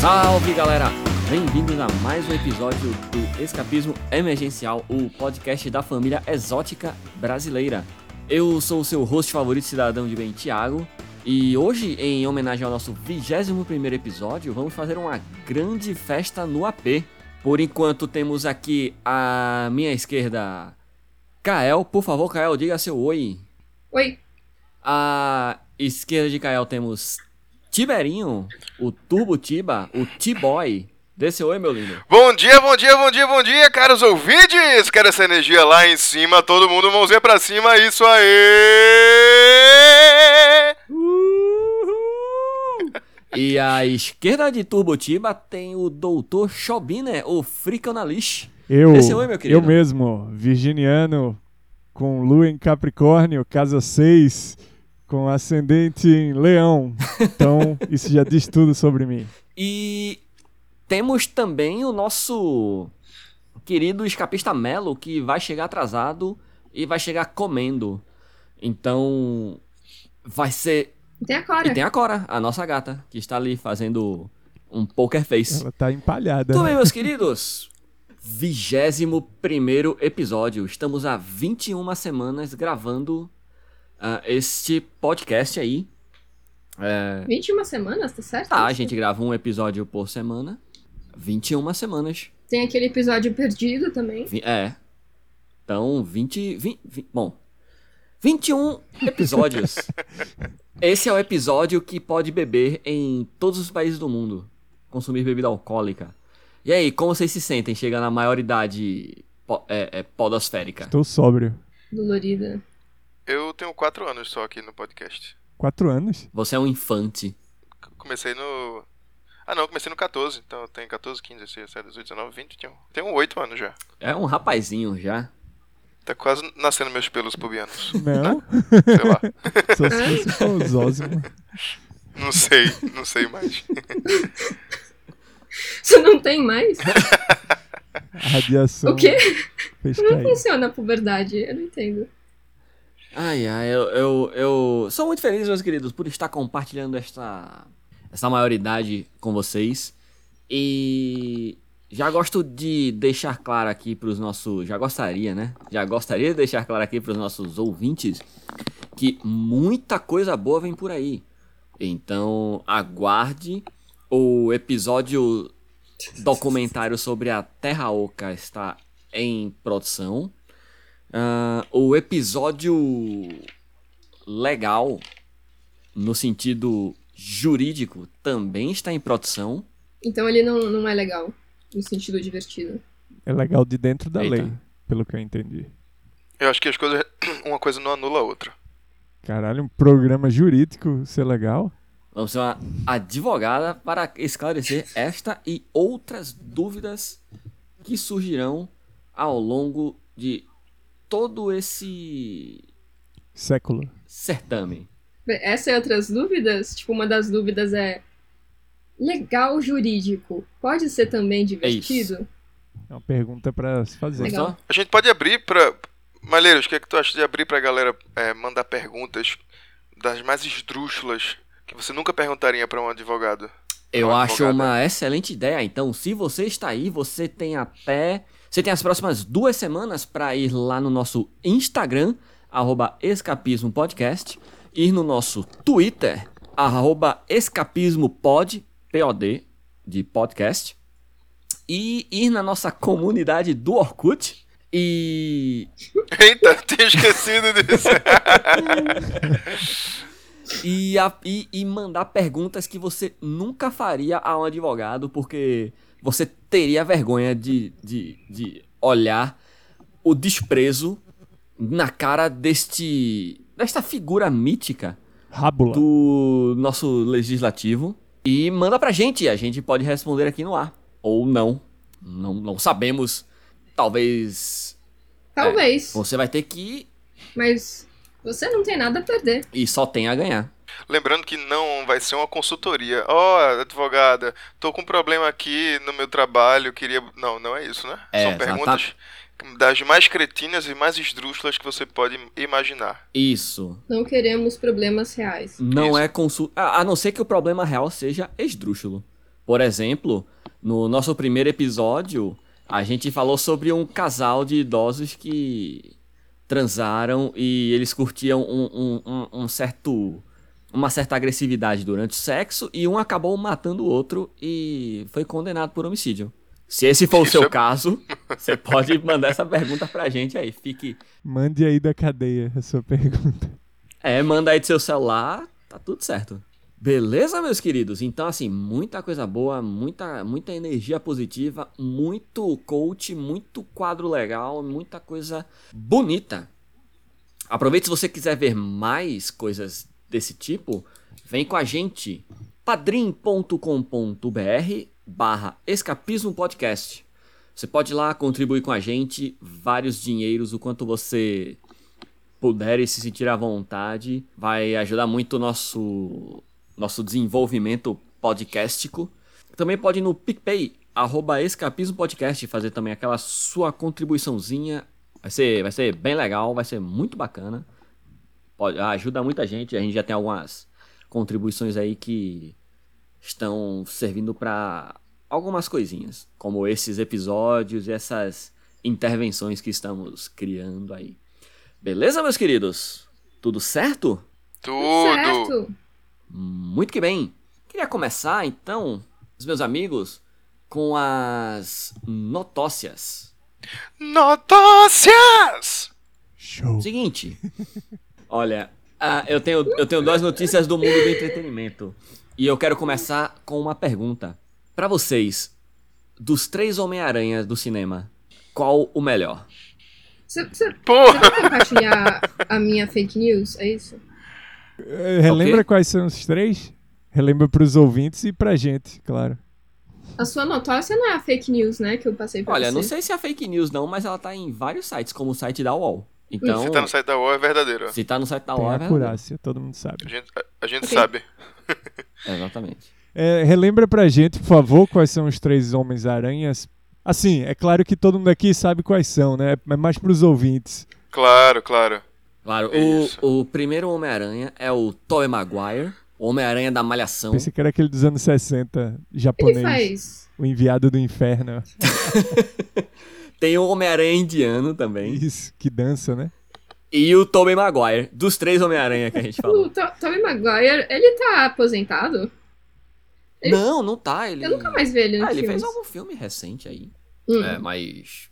Salve galera! Bem-vindos a mais um episódio do Escapismo Emergencial, o podcast da família exótica brasileira. Eu sou o seu host favorito, cidadão de bem, Thiago, e hoje, em homenagem ao nosso 21º episódio, vamos fazer uma grande festa no AP. Por enquanto, temos aqui à minha esquerda Kael. Por favor, Kael, diga seu oi. Oi, À esquerda de Kael temos Tiberinho, o Turbo Tiba, o T-Boy. Dê seu oi, meu lindo. Bom dia, bom dia, bom dia, bom dia, caros ouvintes! Quero essa energia lá em cima, todo mundo mãozinha pra cima, isso aí! E à esquerda de Turbotiba tem o Doutor Chobiner, o Fricanalish. Eu, Esse é oi, meu querido. eu mesmo, virginiano, com lua em Capricórnio, casa 6, com ascendente em Leão. Então, isso já diz tudo sobre mim. E temos também o nosso querido escapista Melo, que vai chegar atrasado e vai chegar comendo. Então, vai ser... até agora. E tem a Cora, a nossa gata, que está ali fazendo um poker face. Ela tá empalhada. Tudo né? bem, meus queridos? 21 episódio. Estamos há 21 semanas gravando ah, este podcast aí. É, 21 semanas, tá certo? Tá, a gente grava um episódio por semana. 21 semanas. Tem aquele episódio perdido também. Vi- É. Então, 20, 20, 20. Bom. 21 episódios. Esse é o episódio que pode beber em todos os países do mundo. Consumir bebida alcoólica. E aí, como vocês se sentem chegando à maioridade po- é, é, podosférica? Estou sóbrio. Dolorida. Eu tenho quatro anos só aqui no podcast. Quatro anos? Você é um infante. C- Comecei no. Ah não, comecei no 14, então eu tenho 14, 15, 16, 17, 18, 19, 20, tenho, tenho 8 um anos já. É um rapazinho já. Tá quase nascendo meus pelos pubianos. Não, Sei lá, só se fosse com os Osmo. não sei, não sei mais. Você não tem mais? A radiação o quê? fez Não cair. funciona a puberdade, eu não entendo. Ai, ai, eu, eu, eu sou muito feliz, meus queridos, por estar compartilhando esta, essa maioridade com vocês. E já gosto de deixar claro aqui para os nossos. Já gostaria, né? Já gostaria de deixar claro aqui para os nossos ouvintes que muita coisa boa vem por aí. Então, aguarde o episódio documentário sobre a Terra Oca está em produção. Ah, o episódio legal, no sentido jurídico, também está em produção. Então ele não, não é legal, no sentido divertido. É legal de dentro da Eita. lei, pelo que eu entendi. Eu acho que as coisas. Uma coisa não anula a outra. Caralho, um programa jurídico ser legal? Vamos ter uma advogada para esclarecer esta e outras dúvidas que surgirão ao longo de todo esse Século. certame. Bem, Essa e outras dúvidas, tipo, uma das dúvidas é. Legal jurídico. Pode ser também divertido? É uma pergunta pra se fazer. Legal. Gostou? A gente pode abrir pra. Malheiros, o que é que tu acha de abrir pra galera é, mandar perguntas das mais esdrúxulas que você nunca perguntaria pra um advogado? Eu Uma acho advogada. uma excelente ideia. Então, se você está aí, você tem até. Você tem as próximas duas semanas para ir lá no nosso Instagram, arroba Escapismo Podcast, ir no nosso Twitter, arroba escapismopod, P-O-D, de podcast, e ir na nossa comunidade do Orkut. E Eita, tinha esquecido disso. E, a- e- e mandar perguntas que você nunca faria a um advogado, porque você teria vergonha de, de, de olhar o desprezo na cara deste. desta figura mítica Rábula. do nosso legislativo. E manda pra gente, a gente pode responder aqui no ar. Ou não. Não, não sabemos. Talvez Talvez. você vai ter que ir Mas você não tem nada a perder. e só tem a ganhar. Lembrando que não vai ser uma consultoria. Ó, advogada, tô com um problema aqui no meu trabalho, queria. Não, não é isso, né? É, São perguntas das mais cretinas e mais esdrúxulas que você pode imaginar. Isso. Não queremos problemas reais. Não Isso. é consulta. A a não ser que o problema real seja esdrúxulo. Por exemplo, no nosso primeiro episódio, a gente falou sobre um casal de idosos que transaram e eles curtiam um, um- um- um certo uma certa agressividade durante o sexo e um acabou matando o outro e foi condenado por homicídio. Se esse for o Isso seu é- caso, você pode mandar essa pergunta pra gente aí. Fique. Mande aí da cadeia a sua pergunta. É, manda aí do seu celular, tá tudo certo. Beleza, meus queridos? Então, assim, muita coisa boa, muita, muita energia positiva, muito coach, muito quadro legal, muita coisa bonita. Aproveite se você quiser ver mais coisas desse tipo, vem com a gente. padrim.com.br barra escapismo podcast. Você pode ir lá contribuir com a gente, vários dinheiros, o quanto você puder e se sentir à vontade, vai ajudar muito o nosso, nosso desenvolvimento podcastico. Também pode ir no PicPay, arroba Escapismo Podcast, fazer também aquela sua contribuiçãozinha. Vai ser, vai ser bem legal, vai ser muito bacana. Pode, ajuda muita gente, a gente já tem algumas contribuições aí que estão servindo para algumas coisinhas, como esses episódios e essas intervenções que estamos criando aí. Beleza, meus queridos? Tudo certo? Tudo. Certo. Muito que bem. Queria começar, então, os meus amigos, com as notócias. Notócias! Show. Seguinte. Olha, ah, eu, tenho, eu tenho duas notícias do mundo do entretenimento. E eu quero começar com uma pergunta. Pra vocês, dos três Homem-Aranhas do cinema, qual o melhor? Você, você, você Porra! vai compartilhar a minha fake news? É isso? Eh, Relembra Ok. quais são os três? Relembra pros ouvintes e pra gente, claro. A sua notócia não é a fake news, né? Que eu passei pra Olha, você. não sei se é fake news não, mas ela tá em vários sites, como o site da UOL. Então, Se tá no site da UOL é verdadeiro. ó. se tá no site da Tem UOL, é verdade. acurácia, todo mundo sabe. A gente, a- a gente Ok. sabe. Exatamente. É, relembra pra gente, por favor, quais são os três Homens-Aranhas. Assim, é claro que todo mundo aqui sabe quais são, né? Mas mais pros ouvintes. Claro, claro. Claro, Isso. o, o primeiro Homem-Aranha é o Tobey Maguire, o Homem-Aranha da Malhação. Pensei que era aquele dos anos 60, Ele japonês. faz. O enviado do inferno. Tem o Homem-Aranha indiano também. Isso, que dança, né? E o Tobey Maguire, dos três Homem-Aranha que a gente O falou. To- Tobey Maguire, ele tá aposentado? Ele- não, não tá. Ele... Eu nunca mais vi ele no Ah, ele filme. fez algum filme recente aí. Hum, É, mas.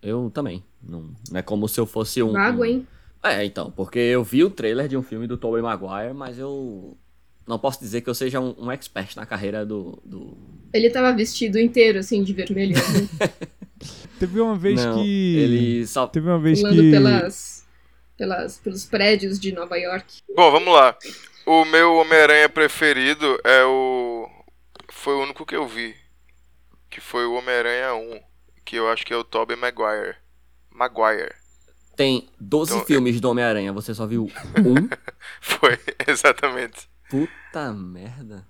Eu também. Não, não é como se eu fosse um. vago, hein? É, então, porque eu vi o trailer de um filme do Tobey Maguire, mas eu. Não posso dizer que eu seja um, um expert na carreira do- do, Ele tava vestido inteiro, assim, de vermelho, né? Teve uma vez Não, que. Ele só. Teve uma vez pulando que. pelas, pelas, pelos prédios de Nova York. Bom, vamos lá. O meu Homem-Aranha preferido é o. Foi o único que eu vi. Que foi o Homem-Aranha 1. Que eu acho que é o Tobey Maguire. Maguire. Tem 12 Então, filmes do Homem-Aranha, você só viu um? Foi, exatamente. Puta merda.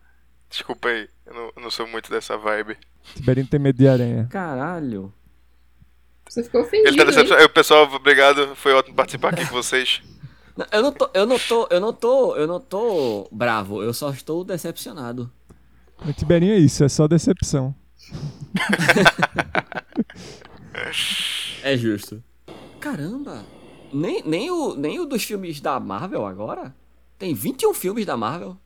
Desculpa aí, eu não, eu não sou muito dessa vibe. Tiberino tem medo de aranha. Caralho. Você ficou ofendido, Ele tá hein? decepcionado. Pessoal, obrigado. Foi ótimo participar aqui com vocês. Não, Eu não tô, eu não tô, eu não tô, eu não tô bravo, eu só estou decepcionado. Mas Tiberinho é isso, é só decepção. É justo. Caramba. Nem, nem, o, nem o dos filmes da Marvel agora? Tem 21 filmes da Marvel.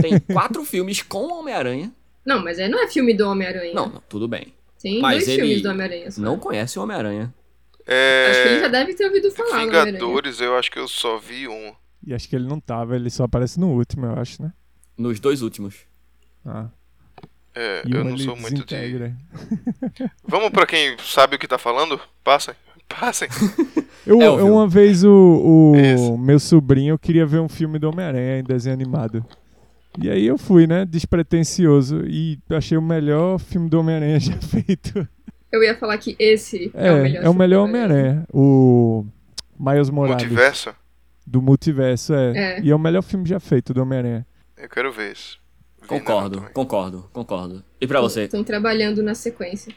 Tem 4 filmes com o Homem-Aranha. Não, mas aí não é filme do Homem-Aranha. Não, não, tudo bem. Tem mas dois ele filmes do Homem-Aranha só. Não conhece o Homem-Aranha. Acho que ele já É. deve ter ouvido falar do Homem-Aranha. Vingadores, eu acho que eu só vi um. E acho que ele não tava, ele só aparece no último, eu acho, né? Nos dois últimos. Ah, É, e eu um não ele sou muito de. desintegra. Vamos pra quem sabe o que tá falando? Passem. Passem. Eu, É, ouviu. uma vez o, o um- Isso. meu sobrinho queria ver um filme do Homem-Aranha em desenho animado. E aí eu fui, né, despretensioso. E achei o melhor filme do Homem-Aranha já feito. Eu ia falar que esse é, o melhor. É, é o filme melhor do Homem-Aranha. O Miles Morales. Multiverso? Do multiverso, é. É. E é o melhor filme já feito do Homem-Aranha. Eu quero ver isso. Vi Concordo, nada também. concordo, concordo. E pra você? Estão trabalhando na sequência.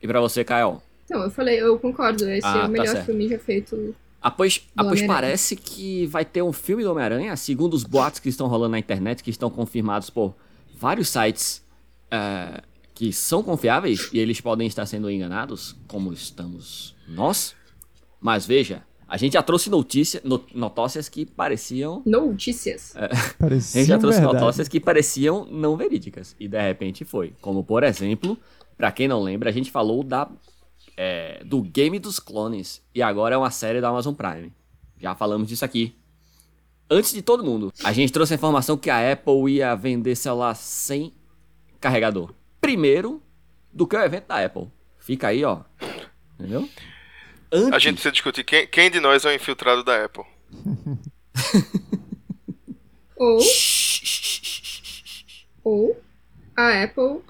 E pra você, Kael? Então, eu falei, eu concordo, esse Ah, é tá o melhor certo. filme já feito. Ah, pois, ah, Do pois Homem-Aranha. parece que vai ter um filme do Homem-Aranha, segundo os boatos que estão rolando na internet, que estão confirmados por vários sites. ah, que são confiáveis e eles podem estar sendo enganados, como estamos nós. Mas veja, a gente já trouxe notícia, no- notócias que pareciam. Notícias. É. A gente Parecia já trouxe É verdade. notócias que pareciam não verídicas. E de repente foi. Como por exemplo, pra quem não lembra, a gente falou da, é, do Game dos Clones. E agora é uma série da Amazon Prime. Já falamos disso aqui. Antes de todo mundo, a gente trouxe a informação que a Apple ia vender celular sem carregador. Primeiro do que o evento da Apple. Fica aí, ó. Entendeu? Antes, A gente precisa discutir quem, quem de nós é o infiltrado da Apple. Ou, ou a Apple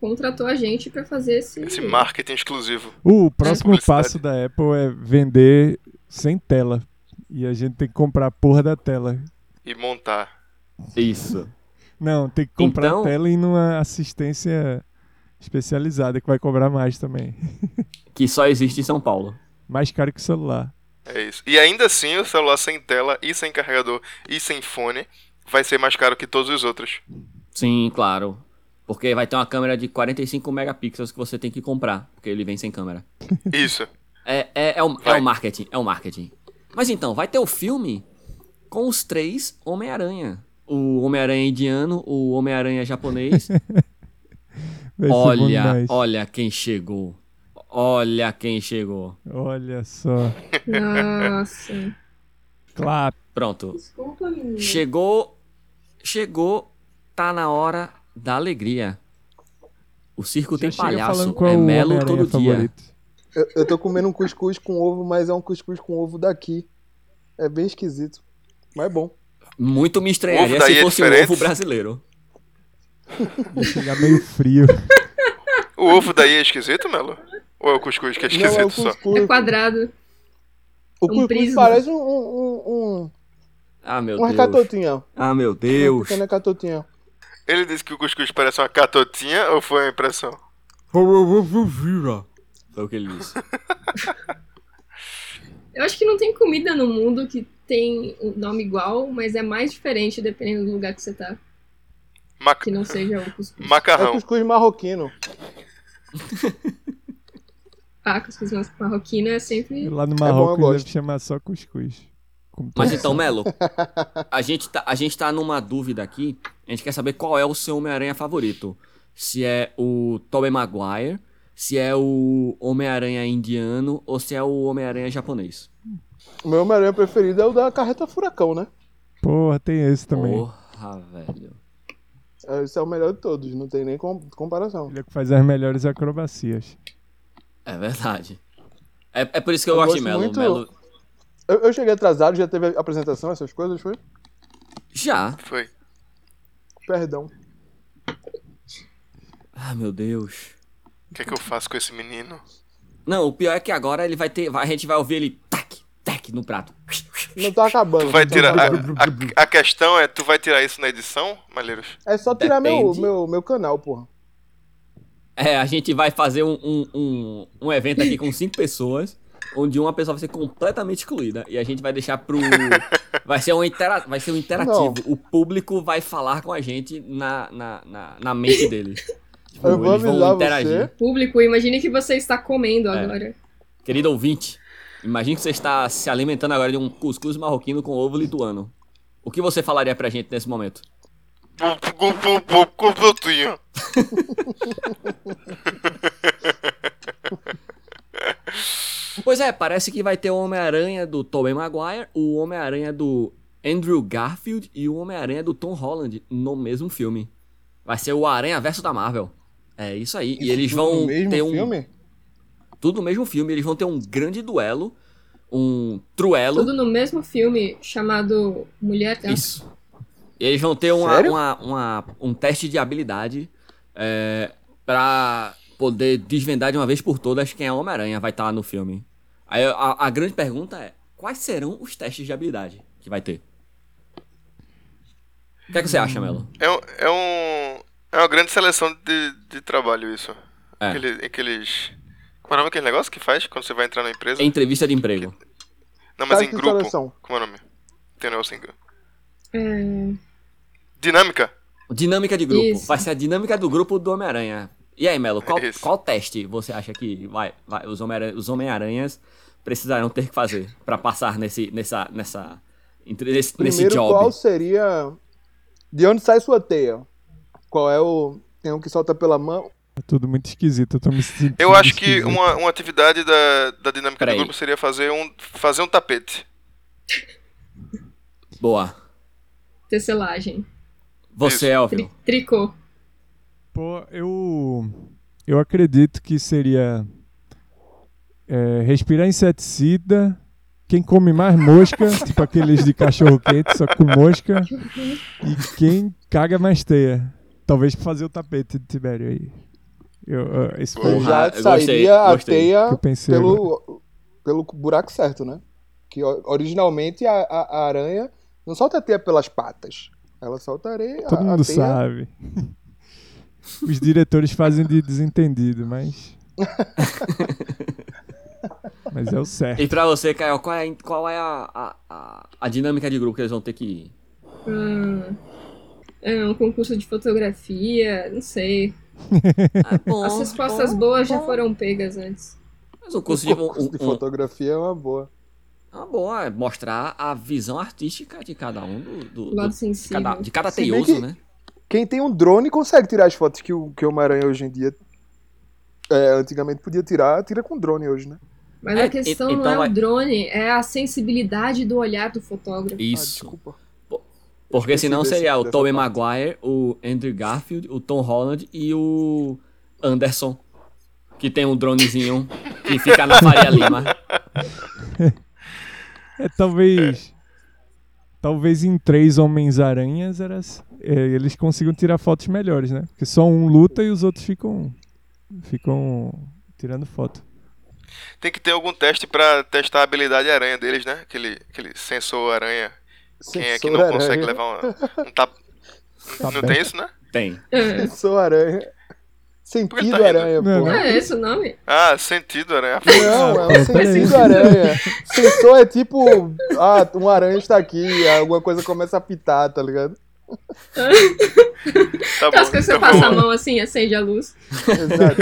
contratou a gente pra fazer esse. Esse marketing exclusivo. O próximo Publicidade. passo da Apple é vender sem tela. E a gente tem que comprar a porra da tela. E montar. Isso. Não, tem que comprar Então- a tela e numa assistência especializada que vai cobrar mais também. Que só existe em São Paulo. Mais caro que o celular. É isso. E ainda assim, o celular sem tela e sem carregador e sem fone vai ser mais caro que todos os outros. Sim, claro. Porque vai ter uma câmera de 45 megapixels que você tem que comprar, porque ele vem sem câmera. Isso. É, é, é, o, é Vai. o marketing, é o marketing. Mas então, vai ter o filme com os três Homem-Aranha. O Homem-Aranha indiano, o Homem-Aranha japonês. Vai ser é bom olha, demais. olha quem chegou. Olha quem chegou. Olha só. Nossa. Clap. Pronto. Desculpa, menina. Chegou. Chegou. Tá na hora da alegria. O circo tem Já chega palhaço. falando qual é o melo Homem-Aranha todo dia. favorito. Eu, eu tô comendo um cuscuz com ovo, mas é um cuscuz com ovo daqui. É bem esquisito. Mas é bom. Muito me Ovo estranharia daí se é fosse um diferente? ovo brasileiro. Vai chegar meio frio. O ovo daí é esquisito, Melo? Ou é o cuscuz que é Não, é esquisito o só? cuscuz. É quadrado. o um cuscuz prisma. parece um, um, um, Ah, meu um, uma Deus. catotinha. Ah, meu Deus. Uma pequena catotinha. Ele disse que o cuscuz parece uma catotinha ou foi a impressão? Foi o que ele disse. Eu acho que não tem comida no mundo que tem um nome igual, mas é mais diferente dependendo do lugar que você tá. Ma- Que não seja o cuscuz. É macarrão. cuscuz marroquino. Ah, cuscuz marroquino é sempre. Lá no eu Marrocos gosto. deve chamar só cuscuz. Como Mas todo então, Melo, a gente, tá, a gente tá numa dúvida aqui. A gente quer saber qual é o seu Homem-Aranha favorito. Se é o Tobey Maguire, se é o Homem-Aranha indiano ou se é o Homem-Aranha japonês. O meu Homem-Aranha preferido é o da carreta furacão, né? Porra, tem esse também. Porra, velho. É, Esse é o melhor de todos, não tem nem com- comparação. Ele é que faz as melhores acrobacias. É verdade. É, é por isso que eu, Eu gosto de gosto Melo. muito- Melo. Eu, eu cheguei atrasado, já teve apresentação, essas coisas, foi? Já. Foi. Perdão. Ah, meu Deus. O que é que eu faço com esse menino? Não, o pior é que agora ele vai ter. vai- a gente vai ouvir ele tac, tac no prato. Não tá acabando. Tu vai não tá tirar. A, acabando. a- a questão é, tu vai tirar isso na edição, Malheiros? É só tirar meu, Depende. meu, meu canal, porra. É, a gente vai fazer um, um, um, um evento aqui com cinco pessoas, onde uma pessoa vai ser completamente excluída. E a gente vai deixar pro. Vai ser um, intera... vai ser um interativo. O público vai falar com a gente na, na, na, na mente dele. Tipo, Eu vou eles vão avisar você. interagir. Público, imagine que você está comendo É. agora. Querido ouvinte, imagine que você está se alimentando agora de um cuscuz marroquino com ovo lituano. O que você falaria pra gente nesse momento? Completinho. Pois é, parece que vai ter o Homem-Aranha do Tobey Maguire, o Homem-Aranha do Andrew Garfield e o Homem-Aranha do Tom Holland no mesmo filme. Vai ser o Aranha Verso da Marvel. É isso aí. e Isso eles tudo no vão mesmo ter um. filme? Tudo no mesmo filme. Eles vão ter um grande duelo. Um truelo. Tudo no mesmo filme chamado Mulher Gato. Isso. E eles vão ter uma, Sério? uma- uma- um teste de habilidade é, pra poder desvendar de uma vez por todas quem é o Homem-Aranha vai estar no filme. Aí a, a grande pergunta é: quais serão os testes de habilidade que vai ter? O que, é que você acha, Melo? É, um- é um. É uma grande seleção de, de trabalho isso. É. Aquele- aqueles. Como é o nome daquele negócio que faz quando você vai entrar na empresa? Entrevista de emprego. Não, mas Tá, em que grupo. seleção? Como é o nome? Tem um negócio em grupo. É, Dinâmica? Dinâmica de grupo. Isso. Vai ser a dinâmica do grupo do Homem-Aranha. E aí, Melo, qual, Isso. qual teste você acha que vai, vai- os Homem-Aranha- os Homem-Aranhas precisarão ter que fazer pra passar nesse, nessa, nessa, entre- nesse, nesse Primeiro, job? qual seria. De onde sai sua teia? Qual é o. Tem um que solta pela mão? É tudo muito esquisito, eu tô me sentindo Eu acho que esquisito. uma, uma atividade da, da dinâmica Peraí. do grupo seria fazer um, fazer um tapete. Boa. Tecelagem. Você, Isso. Elvio. Tricô. Pô, eu. Eu acredito que seria. é, respirar inseticida. Quem come mais mosca, tipo aqueles de cachorro-quente, só com mosca. E quem caga mais teia. Talvez pra fazer o tapete de Tibério aí. Eu, eu- esse foi Porra, o já Ah, eu sairia gostei, a gostei. que eu teia pensei. agora. pelo, pelo buraco certo, né? Que o- originalmente a, a- a aranha não solta a teia pelas patas. Ela solta a areia. Todo a, mundo a teia. sabe. Os diretores fazem de desentendido, mas. mas é o certo. E pra você, Caio, qual é, a- qual é a, a, a, a dinâmica de grupo que eles vão ter que Ah, um concurso de fotografia, não sei. É, Ah, bom, As respostas bom, boas já bom. foram pegas antes. Mas o curso de, O um, curso de um- um- fotografia é uma boa. uma boa é mostrar a visão artística de cada um do, do- Lado do- de sensível. cada, um. de cada Se bem teioso, que- né? Quem tem um drone consegue tirar as fotos que o, que o Maranhão hoje em dia. É, antigamente podia tirar, tira com drone hoje, né? Mas É, a questão e- não então é vai- o drone, é a sensibilidade do olhar do fotógrafo. Ah, Isso. desculpa. Porque esqueci senão desse- seria o dessa Tobey parte. Maguire, o Andrew Garfield, o Tom Holland e o Anderson. Que tem um dronezinho que fica na Faria Lima. É, talvez. Talvez em três Homens-Aranhas era, é, eles consigam tirar fotos melhores, né? Porque só um luta e os outros ficam. ficam tirando foto. Tem que ter algum teste pra testar a habilidade aranha deles, né? Aquele, aquele sensor aranha. Quem é que não Sensor consegue aranha. levar um, um tapa. Tá não bem. tem isso, né? Tem. Ah, Sou aranha. Por que Sentido tá rindo? aranha, Não, pô. não. é esse o nome? Ah, sentido aranha. Não, é Ah, um peraí. sentido aranha. Sensor é tipo, ah, um aranha está aqui, alguma coisa começa a pitar, tá ligado? Tá bom. Aquelas coisas que você então vamos passa a lá. mão assim e acende a luz. Exato.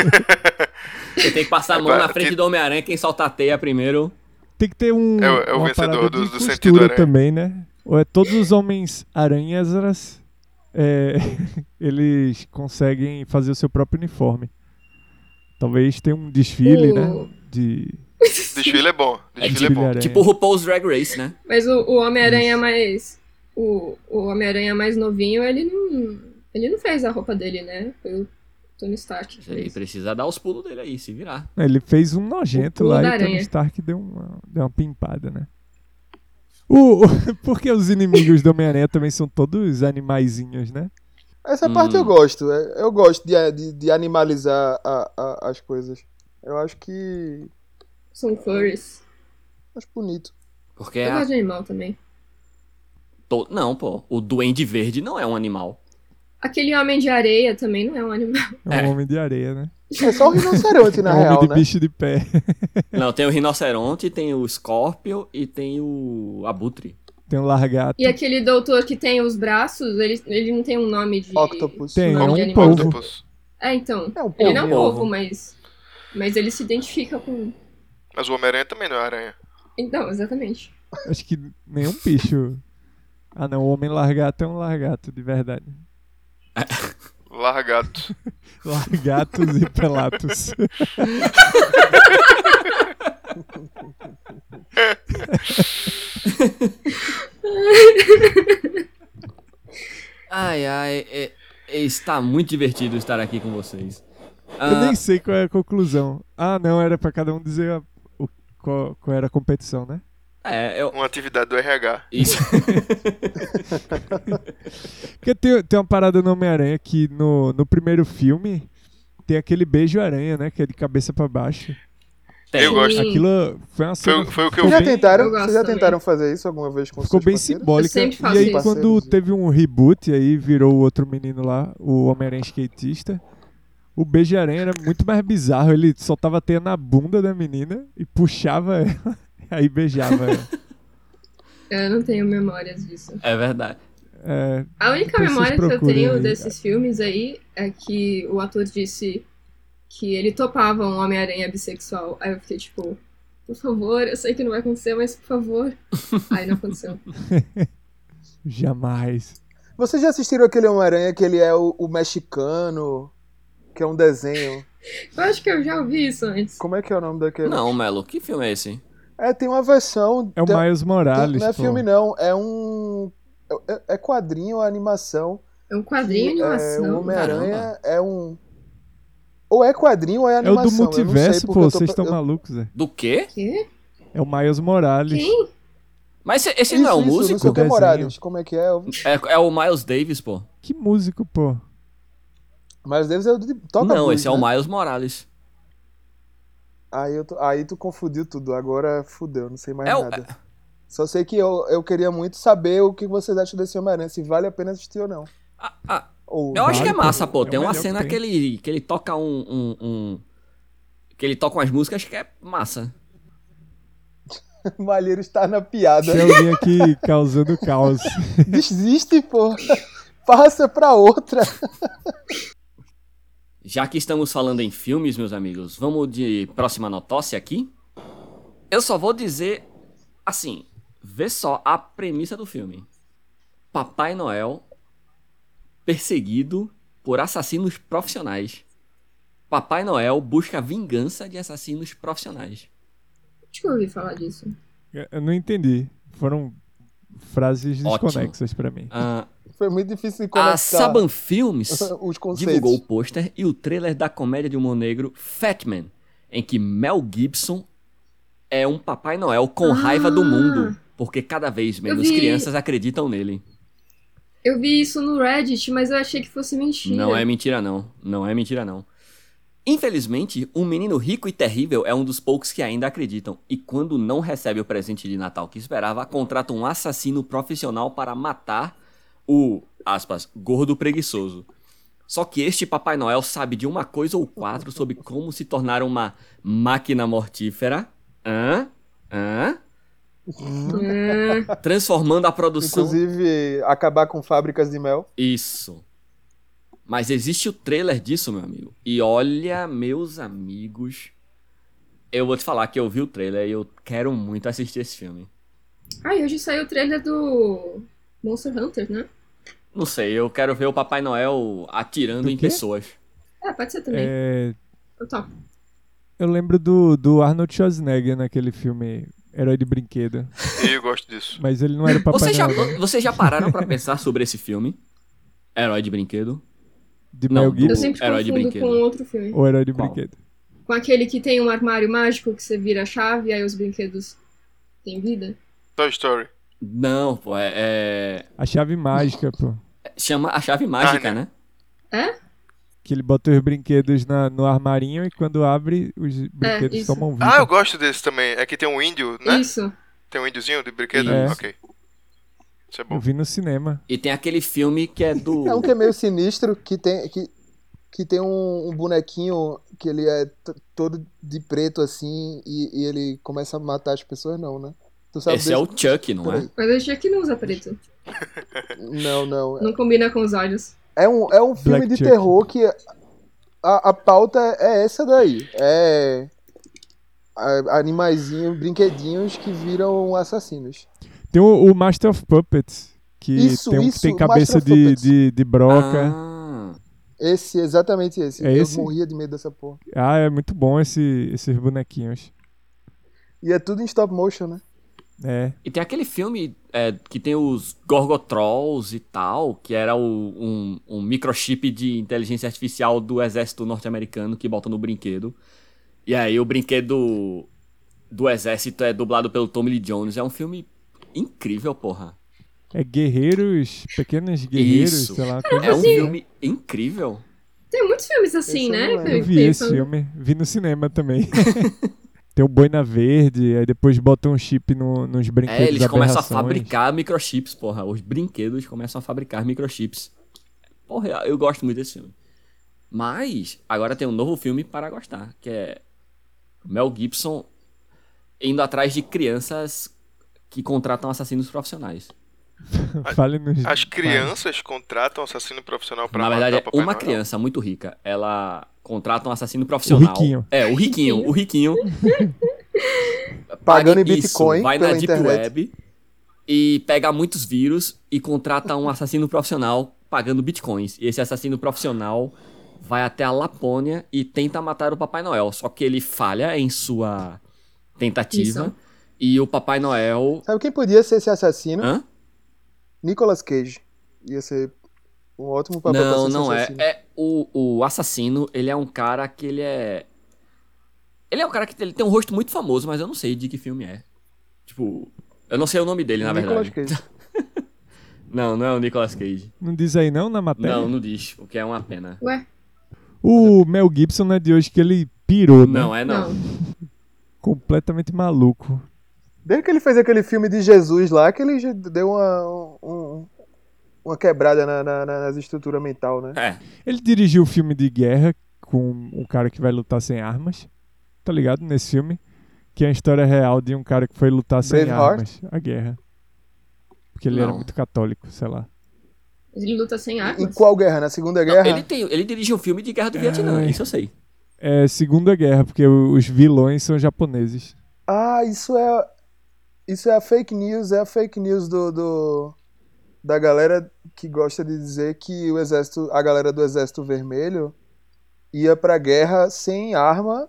Você tem que passar a mão Agora, na frente que- do Homem-Aranha, quem solta a teia primeiro. Tem que ter um. É o- é o uma vencedor parada do- de do sentido costura aranha. também, né? Ou é todos os Homens-Aranhas elas, é, eles conseguem fazer o seu próprio uniforme. Talvez tenha um desfile, O- né? De. Desfile é bom. Desfile é desfile bom. aranha. Tipo o RuPaul's Drag Race, né? Mas o, o Homem-Aranha Isso. mais. O, o Homem-Aranha mais novinho, ele não. Ele não fez a roupa dele, né? Foi o Tony Stark. que Ele fez. precisa dar os pulos dele aí, se virar. Ele fez um nojento O pulo lá da e o Tony aranha. Stark deu uma, deu uma pimpada, né? O, o- porque os inimigos do Homem-Aranha também são todos animaizinhos, né? Essa Hum. parte eu gosto. é- Eu gosto de, de, de animalizar a- a- as coisas. Eu acho que. São furries. Acho bonito. Porque Eu É a gosto de animal também. to- Não, pô. O Duende Verde não é um animal. Aquele homem de areia também não é um animal. É É. um homem de areia, né? É só o rinoceronte, na é um homem real, de né? bicho de pé. Não, tem o Rinoceronte, tem o Scorpion e tem o Abutre. Tem um largato. E aquele doutor que tem os braços, ele, ele não tem um nome de. Octopus. Tem, é Nome de um animal. polvo. Octopus. É, então. É um Ele povo. não é um Polvo. povo, mas. Mas ele se identifica com. Mas o Homem-Aranha também não é aranha. Então, exatamente. Acho que nenhum bicho. Ah, não, o homem largato é um largato, de verdade. Largato. Largatos e pelatos. Ai, ai, é- é- está muito divertido estar aqui com vocês. Eu Ah, nem sei qual é a conclusão. Ah, não, era pra cada um dizer a- o, qual, qual era a competição, né? é, eu. Uma atividade do RH. Isso. Porque tem, tem uma parada no Homem-Aranha que no, no primeiro filme tem aquele beijo-aranha, né? Que é de cabeça pra baixo. Tem. Eu gosto. Sim. Aquilo foi uma Foi, um cena. o- foi o que eu Ficou Vocês já bem- tentaram, Eu gosto vocês já também. tentaram fazer isso alguma vez com Ficou seus bem parceiros? simbólica. Eu sempre E faço aí, isso. quando teve um reboot, aí virou o outro menino lá, o Homem-Aranha skatista. O beijo-aranha era muito mais bizarro. Ele soltava a teia na bunda da menina e puxava ela. Aí beijava ela. Eu não tenho memórias disso. É verdade. É, A única Depois memória vocês que eu procurem tenho aí. desses filmes aí é que o ator disse que ele topava um Homem-Aranha bissexual. Aí eu fiquei tipo, por favor, eu sei que não vai acontecer, mas por favor. Aí não aconteceu. jamais. Vocês já assistiram aquele Homem-Aranha que ele é o, o mexicano, que é um desenho? Eu acho que eu já ouvi isso antes. Como é que é o nome daquele? Não, Melo, que filme é esse? É, tem uma versão. É o tem- Miles tem- Morales. Então, Não é pô. filme, não. É um. é- É quadrinho, é animação. É um quadrinho de É, o animação. Homem-Aranha é um. Ou é quadrinho ou é É o animação. do eu não sei multiverso, porque pô. eu tô- Vocês estão eu- malucos, é. Do quê? Quê? É o Miles Morales. Quem? Mas esse, esse Isso, não é um isso, Não sei músico? o que, desenho. Morales. Como é que é? Eu- É, é o Miles Davis, pô. Que músico, pô. Mas Davis é o de... toca não, blues, esse é o né? Miles Morales. Aí, eu tô- aí tu confundiu tudo. Agora fudeu, não sei mais É o- nada. Só sei que eu, eu queria muito saber o que vocês acham desse Homem-Aranha, se vale a pena assistir ou não. Ah, ah, Ou eu acho que é Vale, pô. massa, pô. É o Tem uma melhor que cena tem. que ele, que ele toca um, um- um- Que ele toca umas músicas que é massa. o Malheiro está na piada. Sheldon aqui causando caos. Desiste, pô. Passa pra outra. Já que estamos falando em filmes, meus amigos, vamos de próxima notócia aqui. Eu só vou dizer assim, vê só a premissa do filme. Papai Noel perseguido por assassinos profissionais. Papai Noel busca vingança de assassinos profissionais. Acho que eu ouvi falar disso. Eu eu não entendi. Foram frases Ótimo. desconexas pra mim. Ah, Foi muito difícil a conectar Saban Films os conceitos. divulgou o pôster e o trailer da comédia de humor negro Fat Man, em que Mel Gibson é um Papai Noel com Ah. raiva do mundo, porque cada vez menos vi. crianças acreditam nele. Eu vi isso no Reddit, mas eu achei que fosse mentira. Não é mentira, não. Não é mentira, não. Infelizmente, um menino rico e terrível é um dos poucos que ainda acreditam, e quando não recebe o presente de Natal que esperava, contrata um assassino profissional para matar o, aspas, gordo preguiçoso. Só que este Papai Noel sabe de uma coisa ou quatro sobre como se tornar uma máquina mortífera. Hã? Hã? Hum. Ah, Transformando a produção Inclusive, acabar com fábricas de mel. Isso. Mas existe o trailer disso, meu amigo. E olha, meus amigos. Eu vou te falar que eu vi o trailer e eu quero muito assistir esse filme. Ah, e hoje saiu o trailer do Monster Hunter, né? Não sei, eu quero ver o Papai Noel atirando Do em quê? pessoas. É, pode ser também. É, Eu topo. Tipo, eu lembro do, do Arnold Schwarzenegger naquele filme Herói de Brinquedo. E eu gosto disso. Mas ele não era o Papai Vocês já, Noel né? vocês já pararam pra pensar sobre esse filme? Herói de brinquedo? de Não, Mel do- Eu Gibson sempre Herói de confundo brinquedo. com outro filme. ou Herói de Qual? Brinquedo? Com aquele que tem um armário mágico que você vira a chave e aí os brinquedos têm vida. Toy Story. Não, pô, é. é- A chave mágica, pô. Chama a chave mágica, Narnia. né? Que ele bota os brinquedos na- no armarinho e quando abre, os brinquedos isso. tomam vida. Ah, eu gosto desse também. É que tem um índio, né? Isso. Tem um índiozinho de brinquedo? É. Ok. Isso é Eu bom. vi no cinema. E tem aquele filme que é do. É um que é meio sinistro, que tem, que, que tem um, um bonequinho que ele é t- todo de preto assim e, e ele começa a matar as pessoas, não, né? Tu sabe Esse é o desse? Chuck, não é? Mas eu achei que não usa preto. Não, não. é. Não combina com os olhos. É um, é um filme Black de Chuck. terror que a, a pauta é essa daí. É a- animaizinhos, brinquedinhos que viram assassinos. Tem o, o Master of Puppets, que Isso, tem um isso, que tem Master cabeça of de, Puppets. de, de broca. Ah. Esse, exatamente esse. É Eu esse? morria de medo dessa porra. Ah, é muito bom esse, esses bonequinhos. E é tudo em stop motion, né? É. E tem aquele filme é, que tem os Gorgotrolls e tal, que era o- um, um microchip de inteligência artificial do exército norte-americano que bota no brinquedo. E aí o brinquedo do exército é dublado pelo Tommy Lee Jones. É um filme incrível, porra. É guerreiros, pequenos guerreiros, Isso. sei lá. uma Coisa É um assim, né? filme incrível. Tem muitos filmes assim, Esse eu né? não lembro. Eu vi esse filme, vi no cinema também. tem o Boina Verde, aí depois botam um chip no, nos brinquedos É, eles começam a aberrações. fabricar microchips, porra. Os brinquedos começam a fabricar microchips. Porra, eu gosto muito desse filme. Mas agora tem um novo filme para gostar, que é Mel Gibson indo atrás de crianças que contratam assassinos profissionais. Fale nos. As crianças contratam assassino profissional pra Na matar verdade, é Papai uma Noel? criança muito rica, ela contrata um assassino profissional. riquinho. É, o riquinho, o riquinho. Pagando em Paga isso, Bitcoin vai pela na Deep internet. Web e pega muitos vírus e contrata um assassino profissional pagando bitcoins. E esse assassino profissional vai até a Lapônia e tenta matar o Papai Noel. Só que ele falha em sua tentativa. Missão. E o Papai Noel. Sabe quem podia ser esse assassino? Hã? Nicolas Cage. Ia ser um ótimo papel pra ser Não, esse não é. assassino. é o, o assassino, ele é um cara que ele é. Ele é um cara que ele tem um rosto muito famoso, mas eu não sei de que filme é. Tipo, eu não sei o nome dele, na Nicolas verdade. Cage. Não, não é o Nicolas Cage. Não diz aí não na matéria? Não, não diz, o que é uma pena. Ué? O Mel Gibson não é de hoje que ele pirou, né? Não, é não. Não. Completamente maluco. Desde que ele fez aquele filme de Jesus lá, que ele já deu uma, um- uma quebrada na, na, na- nas estruturas mental, né? É. Ele dirigiu o filme de guerra com um cara que vai lutar sem armas. Tá ligado nesse filme? Que é a história real de um cara que foi lutar sem Braveheart? armas. A guerra. Porque ele era Não. muito católico, sei lá. Ele luta sem Em armas. qual guerra? Na Segunda Guerra? Ele, tem, ele dirige um filme de guerra do Vietnã, Ai. isso eu sei. É Segunda Guerra, porque o- os vilões são japoneses. Ah, isso é. Isso é a fake news, é a fake news do, do- da galera que gosta de dizer que o exército, a galera do Exército Vermelho ia pra guerra sem arma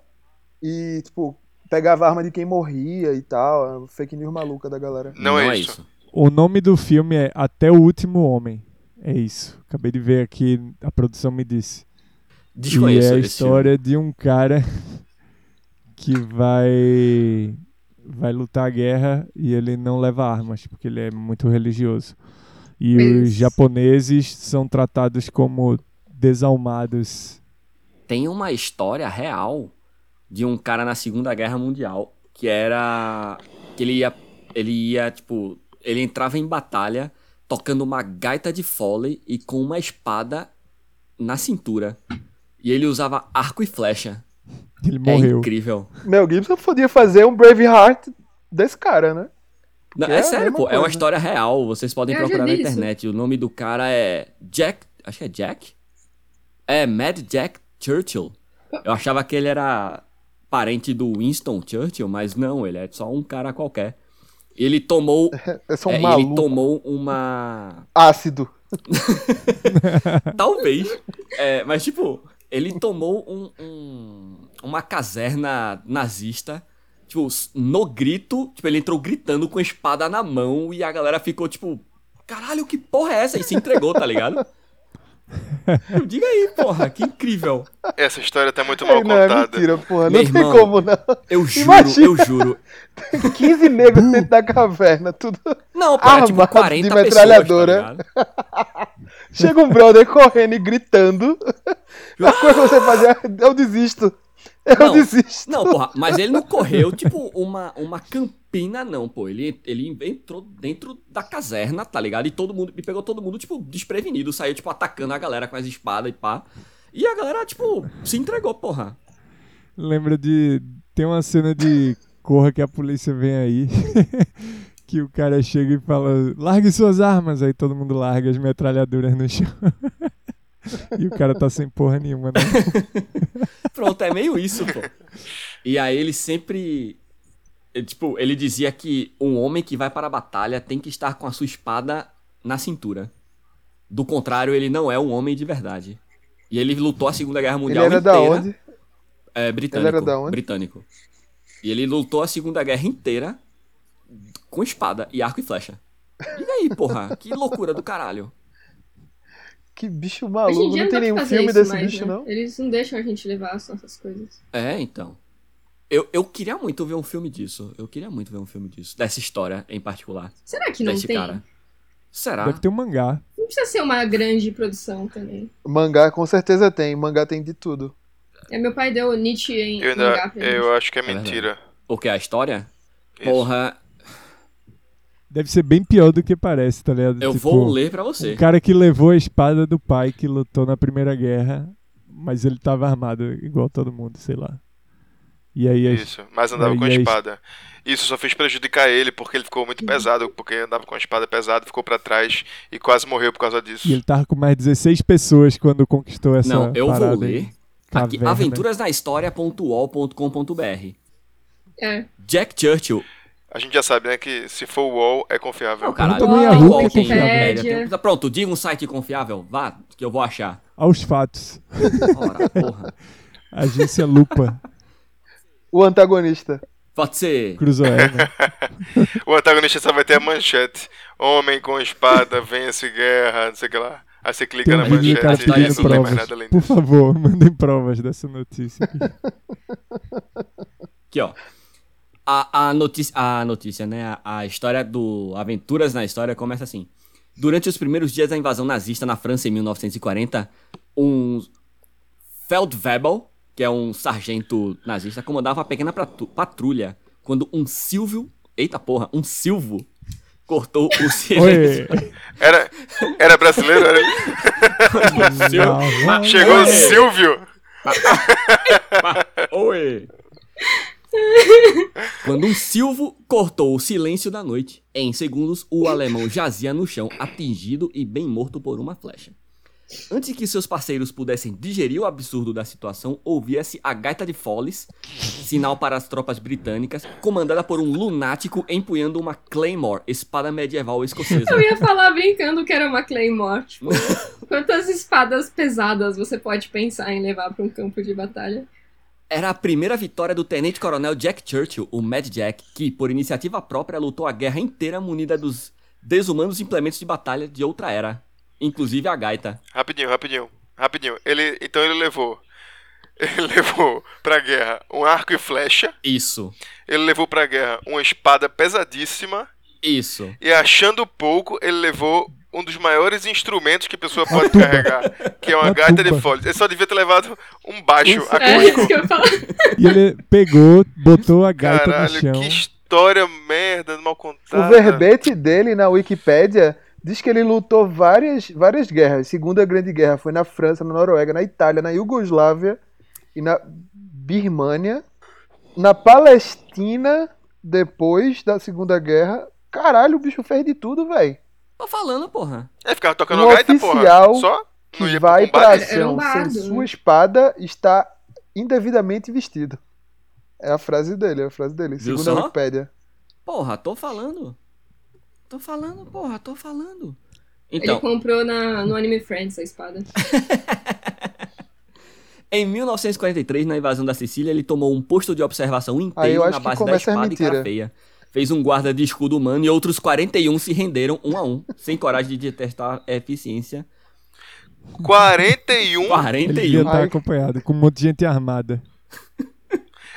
e, tipo, pegava a arma de quem morria e tal. É Fake news maluca da galera. Não, é, isso. O nome do filme é Até o Último Homem. É isso. Acabei de ver aqui, a produção me disse. E Desconheço é a esse história de um cara que vai vai lutar a guerra e ele não leva armas, porque ele é muito religioso. E Mas- os japoneses são tratados como desalmados. filme. Tem uma história real de um cara na Segunda Guerra Mundial que era. que ele ia. Ele ia, tipo. Ele entrava em batalha tocando uma gaita de fole e com uma espada na cintura. E ele usava arco e flecha. Ele É morreu. incrível. Mel Gibson podia fazer um Braveheart desse cara, né? Não, É é, a sério, mesma pô. É uma coisa. história real. Vocês podem Eu já procurar na vi isso. internet. O nome do cara é Jack. Acho que é Jack? É Mad Jack Churchill. Eu achava que ele era parente do Winston Churchill, mas não, ele é só um cara qualquer. Ele tomou. É só um é, ele maluco tomou uma. ácido. Talvez. É, mas, tipo, ele tomou um, um- uma caserna nazista, tipo, s- no grito. Tipo, ele entrou gritando com a espada na mão e a galera ficou, tipo, caralho, que porra é essa? E se entregou, tá ligado? Eu, Diga aí, porra, que incrível. Essa história tá muito mal Ei, não, é contada. mentira, porra. Não Meu tem irmão. como, não. Eu juro, Imagina. eu juro. 15 negros dentro da caverna, tudo. Não, pô, é tipo Armado de 40 pessoas, metralhadora. tá ligado? Chega um brother correndo e gritando. A coisa que você faz é, eu desisto. Eu Não. desisto. Não, porra, mas ele não correu, tipo, uma, uma campina, não, pô. Ele, ele entrou dentro da caserna, tá ligado? E todo mundo, e pegou todo mundo, tipo, desprevenido, saiu, tipo, atacando a galera com as espadas e pá. E a galera, tipo, se entregou, porra. Lembra de. Tem uma cena de Corra que a polícia vem aí. que o cara chega e fala: largue suas armas. Aí todo mundo larga as metralhadoras no chão. e o cara tá sem porra nenhuma, né? Pronto, é meio isso, pô. E aí ele sempre. eh, Tipo, ele dizia que um homem que vai para a batalha tem que estar com a sua espada na cintura. Do contrário, ele não é um homem de verdade. E ele lutou a Segunda Guerra Ele Mundial era inteira. da onde? É, britânico. Ele era da onde? Britânico. E ele lutou a Segunda Guerra inteira com espada e arco e flecha. E aí, porra? Que loucura do caralho. Que bicho Hoje em maluco. dia não, Não tem dá nenhum pra fazer filme isso desse mais, bicho, né? não. Eles não deixam a gente levar as nossas coisas. É, então. Eu, eu queria muito ver um filme disso. Eu queria muito ver um filme disso. Dessa história em particular. Será que não desse tem? cara. Será? Deve ter um mangá. Não precisa ser uma grande produção também. Mangá com certeza tem. Mangá tem de tudo. É, meu pai deu Nietzsche em Eu, mangá ainda, pra gente. eu acho que é verdade. mentira. O que? A história? Isso. Porra, Deve ser bem pior do que parece, tá ligado? eu Tipo, vou ler pra você. O cara que levou a espada do pai que lutou na Primeira Guerra, mas ele tava armado igual todo mundo, sei lá. E aí as- Isso, mas andava e com a aí- espada. Isso só fez prejudicar ele porque ele ficou muito pesado, porque andava com a espada pesada, ficou pra trás e quase morreu por causa disso. E ele tava com mais 16 pessoas quando conquistou essa. Não, eu vou parada ler. aí. Aqui, Caverna. né? aventurasnahistoria.uol.com.br É. Jack Churchill. A gente já sabe, né, que se for o wall é confiável. Não, caralho. também tem é né? Hulk, UOL, é tem confiável. Wikipédia, tem- Pronto, diga um site confiável. Vá, que eu vou achar. Aos fatos. Ora, porra. Agência Lupa. O antagonista. Pode ser. Cruzoé. O antagonista só vai ter a manchete. Homem com espada, vence guerra, não sei o que lá. Aí você clica Tem na um vídeo do cara manchete e pedindo não tem mais provas. é assim, nada além Por disso. favor, mandem provas dessa notícia. aqui. Aqui, ó. A, a notícia, a notícia, né? A, a história do Aventuras na História começa assim. Durante os primeiros dias da invasão nazista na França em 1940, um Feldwebel, que é um sargento nazista, comandava uma pequena pratu- patrulha quando um Silvio. Eita porra, um Silvo cortou o silêncio. Oi. Era, era brasileiro? Era... Não, não. Chegou o Oi. Silvio! Oi! Quando um silvo cortou o silêncio da noite, em segundos o alemão jazia no chão, atingido e bem morto por uma flecha. Antes que seus parceiros pudessem digerir o absurdo da situação, ouvia-se a gaita de Foles, sinal para as tropas britânicas, comandada por um lunático empunhando uma Claymore, espada medieval escocesa. Eu ia falar brincando que era uma Claymore. Tipo, quantas espadas pesadas você pode pensar em levar pra um campo de batalha? Era a primeira vitória do tenente-coronel Jack Churchill, o Mad Jack, que, por iniciativa própria, lutou a guerra inteira munida dos desumanos implementos de batalha de outra era, inclusive a gaita. Rapidinho, rapidinho, rapidinho. Ele, então ele levou. Ele levou pra guerra um arco e flecha. Isso, Ele levou pra guerra uma espada pesadíssima. isso. E achando pouco, ele levou um dos maiores instrumentos que a pessoa pode carregar, que é uma Uma gaita de tuba. folhas. Ele só devia ter levado um baixo Isso. É acústico. isso que eu ia falar. E ele pegou, botou a gaita no Caralho, chão. que história merda, mal contada. O verbete dele na Wikipédia diz que ele lutou várias, várias guerras. Segunda Grande Guerra foi na França, na Noruega, na Itália, na Iugoslávia e na Birmânia. Na Palestina, depois da Segunda Guerra. Caralho, o bicho fez de tudo, velho. Tô falando, porra. Ele É, ficava tocando Um gaita, oficial porra. Só? Não é Que ia vai pra pra combate. Era um ação bardo, sem né? sua espada está indevidamente vestido. É a frase dele, é a frase dele. Viu Segundo a só? Wikipédia. Porra, tô falando. Tô falando, porra, tô falando. Ele Então, comprou na, no Anime Friends a espada. em 1943, na invasão da Sicília, ele tomou um posto de observação Aí eu inteiro acho na que base da começa a espada e mentira. cara feia. Fez um guarda de escudo humano e outros 41 se renderam um a um, sem coragem de testar a eficiência 41 Ele devia 41. estar Ai. acompanhado com um monte de gente armada.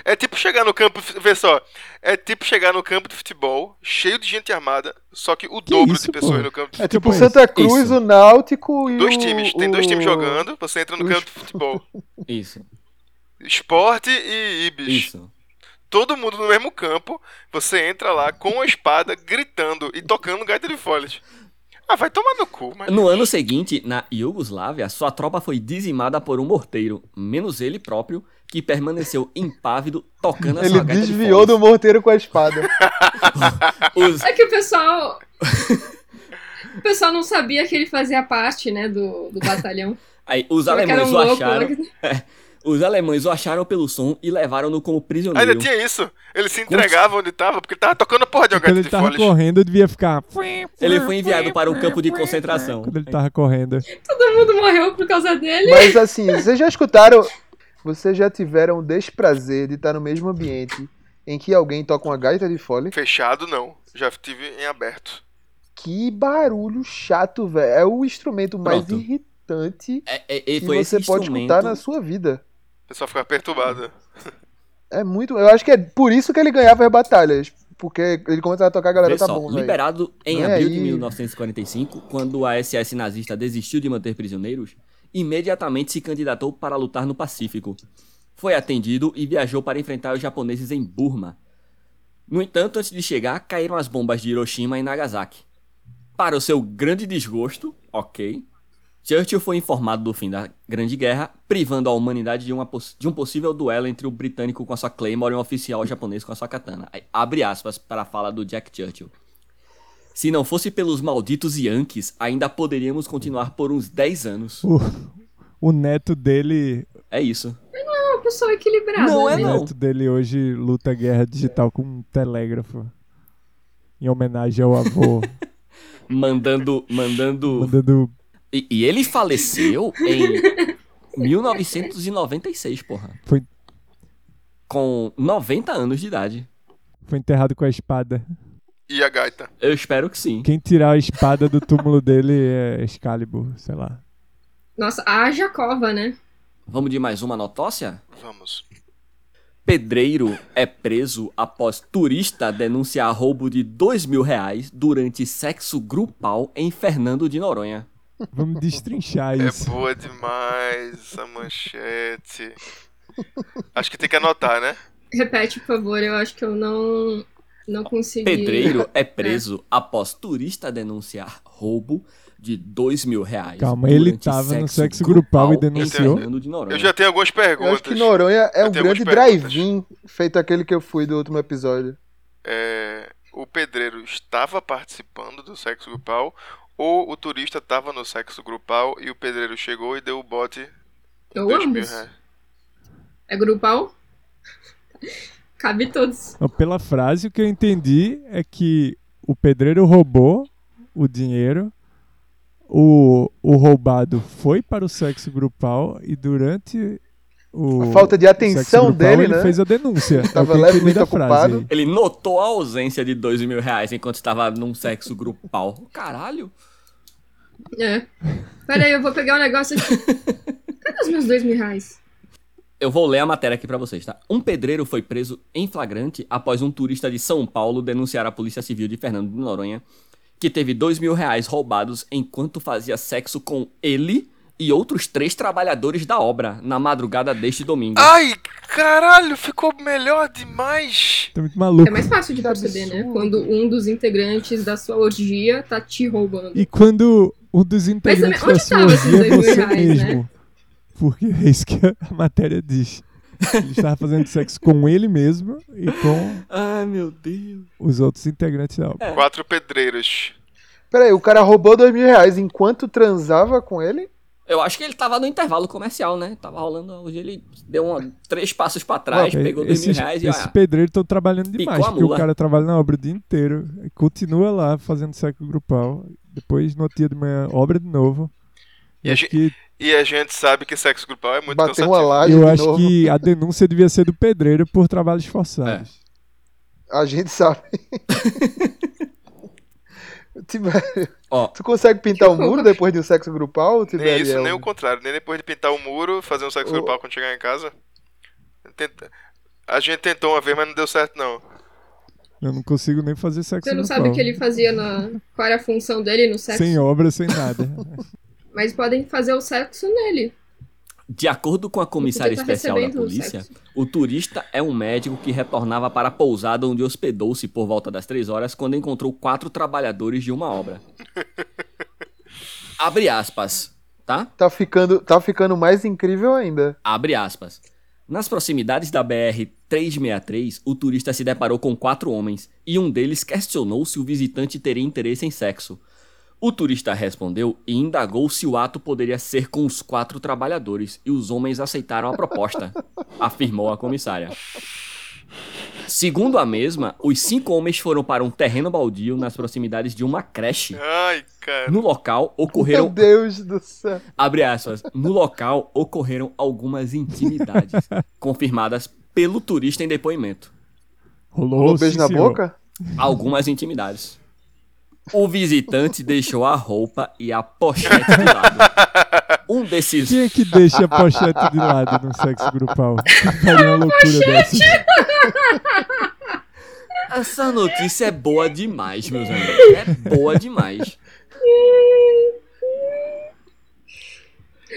É tipo chegar no campo, vê só. É tipo chegar no campo de futebol, cheio de gente armada, só que o dobro isso, de pessoas pô? no campo de É futebol. Tipo tipo Santa Cruz, isso. o Náutico e Dois o- times, tem dois times o- jogando, você entra no o campo de futebol. Isso, Esporte e Ibis. isso. Todo mundo no mesmo campo, você entra lá com a espada, gritando e tocando gaita de folhas. Ah, vai tomar no cu, mas. No ano seguinte, na Iugoslávia, sua tropa foi dizimada por um morteiro, menos ele próprio, que permaneceu impávido tocando a Ele sua gaita de desviou do foles. morteiro com a espada. Os- É que o pessoal. o pessoal não sabia que ele fazia parte, né, do, do batalhão. Aí, os Só que era alemães um o louco lá acharam. que- Os alemães o acharam pelo som e levaram-no como prisioneiro. Ainda tinha isso. Ele se entregava onde tava, porque ele tava tocando a porra de uma Quando gaita ele de tava folhas. correndo, eu devia ficar. Ele foi enviado para um campo de concentração. Quando ele tava correndo. Todo mundo morreu por causa dele. Mas assim, vocês já escutaram? Vocês já tiveram o desprazer de estar no mesmo ambiente em que alguém toca uma gaita de fole? Fechado, não. Já tive em aberto. Que barulho chato, velho. É o instrumento mais Pronto. irritante É, é, é, que foi esse você pode instrumento. escutar na sua vida. O pessoal ficava perturbado. É muito. Eu acho que é por isso que ele ganhava as batalhas. Porque ele começava a tocar, a galera Vê tá só, bom, velho. liberado em Olha abril de aí. 1945, quando a SS nazista desistiu de manter prisioneiros, imediatamente se candidatou para lutar no Pacífico. Foi atendido e viajou para enfrentar os japoneses em Burma. No entanto, antes de chegar, caíram as bombas de Hiroshima e Nagasaki. Para o seu grande desgosto, ok, Churchill foi informado do fim da Grande Guerra, privando a humanidade de, uma poss- de um possível duelo entre o britânico com a sua Claymore e um oficial japonês com a sua katana. Aí, abre aspas para a fala do Jack Churchill. Se não fosse pelos malditos Yankees, ainda poderíamos continuar por uns 10 anos. O, o neto dele, É isso. É uma pessoa equilibrada. Não é né? o não. neto dele hoje luta guerra digital com um telégrafo. Em homenagem ao avô, Mandando. Mandando. mandando E, e ele faleceu em 1996, porra. Foi- Com 90 anos de idade. foi enterrado com a espada. E a gaita. Eu espero que sim. Quem tirar a espada do túmulo dele é Excalibur, sei lá. Nossa, a Jacova, né? Vamos de mais uma notócia? Vamos. Pedreiro é preso após turista denunciar roubo de 2 mil reais durante sexo grupal em Fernando de Noronha. Vamos destrinchar É isso. boa demais essa manchete. Acho que tem que anotar, né? Repete, por favor, eu acho que eu não, não consegui. Pedreiro é preso após turista denunciar roubo de 2 mil reais. Calma, ele durante tava no sexo grupal e em denunciou? Fernando de Noronha. Eu já tenho algumas Eu acho que perguntas. Noronha é Eu um tenho grande algumas perguntas. drive-in, feito aquele que eu fui do último episódio. É, o pedreiro estava participando do sexo grupal ou o turista estava no sexo grupal e o pedreiro chegou e deu o bote Ou dois mil ambos. reais. É grupal? Cabe todos. Não, Pela frase, o que eu entendi é que o pedreiro roubou o dinheiro, o, o roubado foi para o sexo grupal e durante o. A falta de o atenção sexo grupal, dele, ele né? fez a denúncia. É o que Tava eu entendi levemente da frase ocupado. aí. Ele notou a ausência de 2 mil reais enquanto estava num sexo grupal. Caralho! É. Peraí, eu vou pegar um negócio aqui. Cadê os meus dois mil reais? Eu vou ler a matéria aqui pra vocês, tá? Um pedreiro foi preso em flagrante após um turista de São Paulo denunciar a Polícia Civil de Fernando de Noronha que teve dois mil reais roubados enquanto fazia sexo com ele e outros três trabalhadores da obra na madrugada deste domingo. Ah! Ai, caralho, ficou melhor demais. Tá muito maluco. É mais fácil de Que perceber, né? absurdo. Quando um dos integrantes da sua orgia tá te roubando. E quando um dos também, integrantes da onde sua tava esses orgia dois né? é mil você reais, mesmo. Porque é isso que a matéria diz. Ele estava fazendo sexo com ele mesmo e com Ai, meu Deus. os outros integrantes da É. obra. Quatro pedreiros. Peraí, o cara roubou dois mil reais enquanto transava com ele? Eu acho que ele tava no intervalo comercial, né? Tava rolando hoje, ele deu uma- três passos pra trás, Ué, pegou dois mil esses, reais e esses ah, pedreiros estão trabalhando Picou demais, a porque o mula. cara trabalha na obra o dia inteiro, e continua lá fazendo sexo grupal, depois no outro dia de manhã, obra de novo. E a acho ge- que, E a gente sabe que sexo grupal é muito Bateu cansativo. uma laje eu de acho novo. que a denúncia devia ser do pedreiro por trabalhos forçados. A gente sabe. Tibério, Ó. tu consegue pintar o muro depois de um sexo grupal, Tibério? Tipo- Nem isso, É nem um- o contrário. Nem depois de pintar o muro, fazer um sexo O- grupal quando chegar em casa. Tenta- A gente tentou uma vez, mas não deu certo, não. É. Eu não consigo nem fazer sexo Você não grupal. sabe o que ele fazia na. Qual era a função dele no sexo? Sem obra, sem nada. Mas podem fazer o sexo nele. De acordo com a comissária Porque tá especial da recebendo o polícia, sexo. o turista é um médico que retornava para a pousada onde hospedou-se por volta das três horas quando encontrou quatro trabalhadores de uma obra. Abre aspas, tá? Tá ficando, tá ficando mais incrível ainda. Abre aspas. Nas proximidades da BR 363, o turista se deparou com quatro homens e um deles questionou se o visitante teria interesse em sexo. O turista respondeu e indagou se o ato poderia ser com os quatro trabalhadores e os homens aceitaram a proposta, afirmou a comissária. Segundo a mesma, os cinco homens foram para um terreno baldio nas proximidades de uma creche. Ai, cara. No local Meu ocorreram Deus do céu. Abre aspas. No local ocorreram algumas intimidades confirmadas pelo turista em depoimento. Rolou Um beijo sim, na senhor. boca? Algumas intimidades. O visitante deixou a roupa e a pochete de lado. Um desses Quem é que deixa a pochete de lado no sexo grupal? Faria uma loucura dessa. Essa notícia é boa demais, meus amigos. É boa demais.